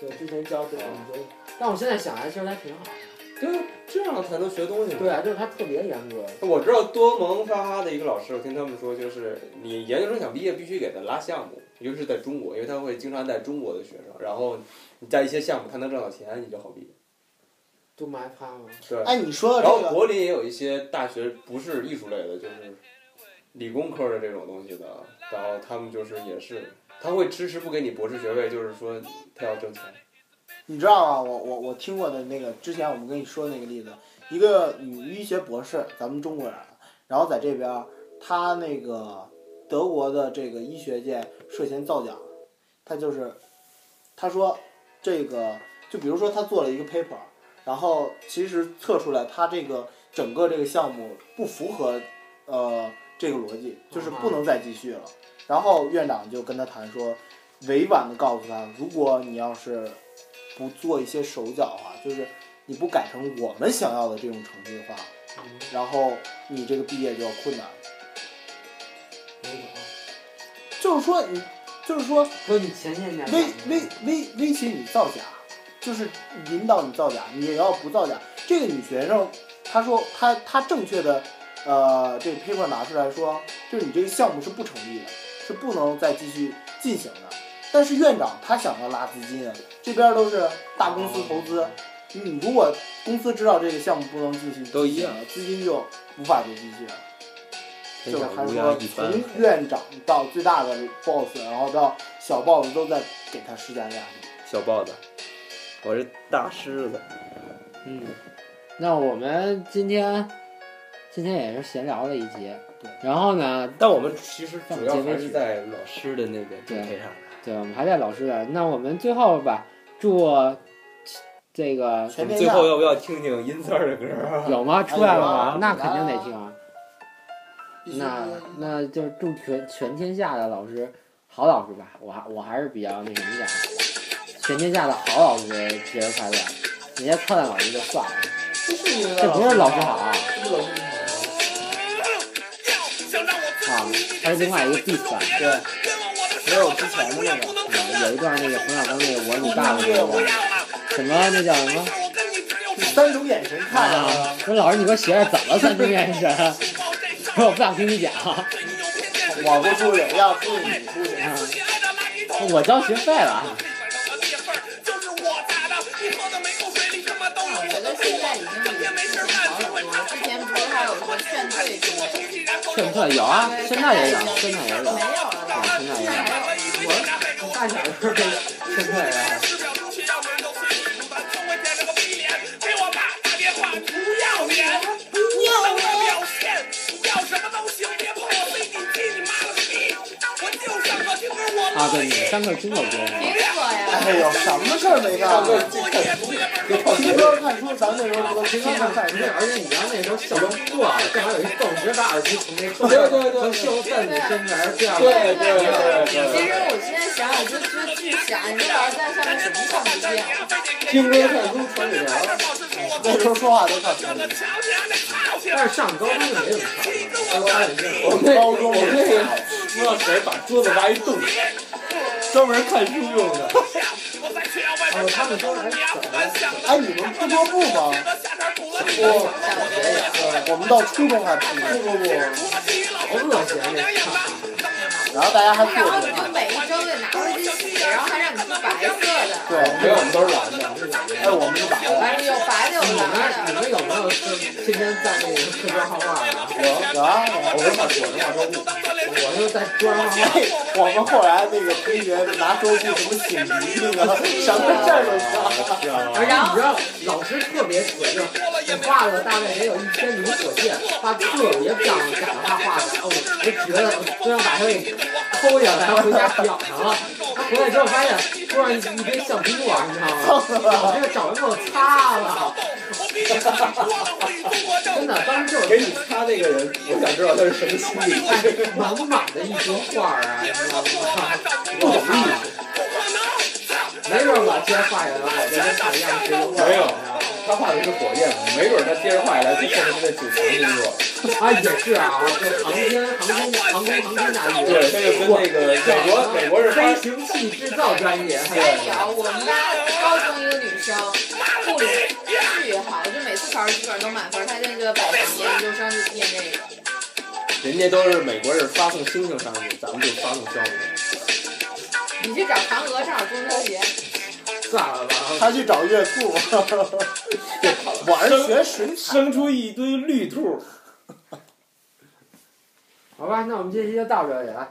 Speaker 7: 就之前教
Speaker 6: 哦
Speaker 7: 这个，你就，但我现在想来，其实她挺好的。
Speaker 6: 就是这样才能学东西嘛。
Speaker 7: 对啊，就是她特别严格。
Speaker 6: 我知道多蒙哈哈的一个老师，我听他们说，就是你研究生想毕业必须给他拉项目，尤其是在中国，因为他会经常带中国的学生，然后你带一些项目，他能挣到钱，你就好毕业。
Speaker 7: 都埋他吗？
Speaker 6: 对。
Speaker 3: 哎，你说
Speaker 6: 然
Speaker 3: 到
Speaker 6: 后
Speaker 3: 这个，
Speaker 6: 柏林也有一些大学不是艺术类的，就是理工科的这种东西的，然后他们就是也是，他会迟迟不给你博士学位，就是说他要挣钱。
Speaker 3: 你知道吗？啊我我我听过的那个，之前我们跟你说的那个例子，一个女医学博士，咱们中国人，啊然后在这边儿，她那个德国的这个医学界涉嫌造假，她就是，她说这个，就比如说她做了一个 paper，然后其实测出来她这个整个这个项目不符合，呃，这个逻辑，就是不能再继续了。然后院长就跟她谈说，委婉的告诉她，如果你要是不做一些手脚的话，就是你不改成我们想要的这种成绩的话，
Speaker 7: 嗯，
Speaker 3: 然后你这个毕业就要困难。
Speaker 7: 没有。
Speaker 3: 就是说你，就是说
Speaker 7: 说你前些年
Speaker 3: 威威威威胁你造假，就是引导你造假，你也要不造假。这个女学生她说她她正确的呃这个 paper 拿出来说，就是你这个项目是不成立的，是不能再继续进行的。但是院长他想要拉资金啊，这边都是大公司投
Speaker 5: 哦
Speaker 3: 资，你如果公司知道这个项目不能进行，
Speaker 5: 都一样，
Speaker 3: 资金就无法再继续了。
Speaker 5: 天
Speaker 3: 就是
Speaker 5: 下
Speaker 3: 还
Speaker 5: 乌
Speaker 3: 说
Speaker 5: 鸦一般
Speaker 3: 从院长到最大的 boss，然后到小 boss 都在给他施加压力。
Speaker 5: 小豹子，我是大狮子。
Speaker 2: 嗯，那我们今天今天也是闲聊了一集，
Speaker 3: 对
Speaker 2: 然后呢，
Speaker 5: 但我们其实主要还是在老师的那个支配上。
Speaker 2: 对，我们还在老师这儿，那我们最后吧，祝这个
Speaker 5: 我
Speaker 3: 全
Speaker 5: 们
Speaker 3: 天
Speaker 5: 最
Speaker 3: 下
Speaker 5: 后要不要听听音色的歌啊？
Speaker 2: 有吗？出来了
Speaker 3: 有
Speaker 2: 吗
Speaker 3: 啊？
Speaker 2: 那肯定得听啊。
Speaker 3: 必须
Speaker 2: 那那就是祝全全天下的老师，好老师吧，我还我还是比较那什么点儿，全天下的好老师节日快乐，人家操蛋老师就算了，这不是老师好啊，
Speaker 1: 想让我自
Speaker 2: 啊还是另外一个 diss 吧，
Speaker 3: 对，
Speaker 1: 冤枉我的
Speaker 3: 没有之前的那个。
Speaker 2: 嗯有一段那个冯小刚那个我是你爸爸那
Speaker 3: 不
Speaker 2: 个
Speaker 1: 要啊！
Speaker 2: 什么那叫什么
Speaker 1: 我跟你只有
Speaker 3: 第三种眼神看啊，
Speaker 2: 啊？说老师你给我学学怎么三中眼神，
Speaker 1: 抱这事
Speaker 2: [LAUGHS] 说我不想听你讲，啊
Speaker 1: 对你有偏见是
Speaker 3: 我不出去，要出去你出去。
Speaker 1: 自己爱的垃圾桶。
Speaker 2: 我交学费了。
Speaker 1: 地板上的裂缝就是我砸的，你喝的每口水里他妈都有
Speaker 4: 我
Speaker 1: 我的
Speaker 4: 觉得
Speaker 1: 废物
Speaker 4: 现在已经
Speaker 1: 整
Speaker 4: 比
Speaker 1: 天没事
Speaker 4: 以
Speaker 1: 儿
Speaker 4: 前
Speaker 1: 干，只会打
Speaker 4: 好很多。之前不是还有什么劝退之类的？
Speaker 2: 劝退有啊，现在也有，现在也有，
Speaker 4: 没有
Speaker 2: 啊，
Speaker 4: [LAUGHS] 了，
Speaker 2: 现在也有。
Speaker 7: 我大点声儿现在啊，
Speaker 1: 十秒钟谁让人都随地吐痰，就会变成个逼脸。给我爸打电话，不要脸，不要脸，表现，要什么都行，别碰我非你鸡你妈了个逼！我就上课听歌，我
Speaker 2: 啊，对，你们三个听过歌吗？
Speaker 4: 听说呀，
Speaker 3: 哎呦，什么事儿没干啊？
Speaker 1: 作业作业本
Speaker 3: 平常看书，咱那时候不能平常看看
Speaker 7: 不
Speaker 3: 书
Speaker 7: 是，。而且你知道那时候校园过啊，正好有一蹦直大耳机从那
Speaker 6: 对
Speaker 7: 从
Speaker 6: 对对对
Speaker 7: 校在你身边这样，
Speaker 6: 啊对对对对
Speaker 4: 啊其实我现在想想就就巨想，你说老师在上面什么上不啊见？
Speaker 7: 听歌看书传纸条。
Speaker 3: 那时候说话都看书。
Speaker 7: 但是上高中没怎么上，都戴眼镜。
Speaker 6: 我们那我们那个不知道谁把桌子挖一洞，专门看书用的。
Speaker 1: 哎
Speaker 7: 哦，他们都来怎么了？
Speaker 3: 哎，你们不多不吗？
Speaker 4: 上学也
Speaker 3: 我们到初中还不多，
Speaker 7: 好恶心啊！
Speaker 3: 然后大家还
Speaker 4: 然
Speaker 3: 过
Speaker 4: 后你
Speaker 3: 去。
Speaker 4: 就每一周得拿回去洗，然后还让你涂白色的，
Speaker 3: 对，
Speaker 6: 没有，我们都是蓝的。
Speaker 3: 哎，我们打了。
Speaker 4: 完了有白的有
Speaker 7: 你们
Speaker 4: 蓝
Speaker 7: 你
Speaker 4: 的。
Speaker 7: 们有没有是天天在那个课桌画画的？
Speaker 3: 有啊，我们
Speaker 6: 我是我是画桌布，
Speaker 7: 我就在桌上画画。
Speaker 3: [LAUGHS] 我们后来那个同学拿桌布什么擤鼻涕啊，什么事儿都干。
Speaker 7: 而且你知道老师特别绝，就是你画了大概得有一千米左近，他特别漂亮，赶他画的，我我觉得我就想把他给抠下来回家裱上了。他回来之后发现桌上一一堆橡皮管，你知道吗？老师找人给我擦了，真的，当时就
Speaker 6: 给你擦那个人，我想知道他是什么心理。
Speaker 7: 哎满满的一桌画儿啊，你知道吗？ [LAUGHS] 不懂艺术，没准把天画下来，我就跟他一样是一个画儿啊
Speaker 6: 没有，他画的是火焰，没准他接着画下来，他后面是在九层工作。
Speaker 7: 啊，也是啊，这航天、航空、航空、航天大学，
Speaker 6: 对，他就跟那个美国，美国是发
Speaker 7: 飞行器制造专业，
Speaker 4: 还有哎我们班高中一个女生，物理巨好，就每次考试基本上都满分，她那个保研研究生就念这个。
Speaker 6: 人家都是美国是发送星星上去，咱们就发送消息。
Speaker 4: 你去找嫦娥，正好中秋节。
Speaker 7: 算了吧。
Speaker 3: [LAUGHS] 他去找月 [LAUGHS] 兔，我是学水产。
Speaker 6: 生出一堆绿兔，
Speaker 2: 好吧，那我们这期就到这里了，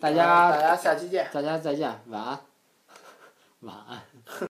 Speaker 2: 大
Speaker 3: 大
Speaker 2: 家
Speaker 3: 大家下期见。
Speaker 2: 大家再见，晚安，晚安。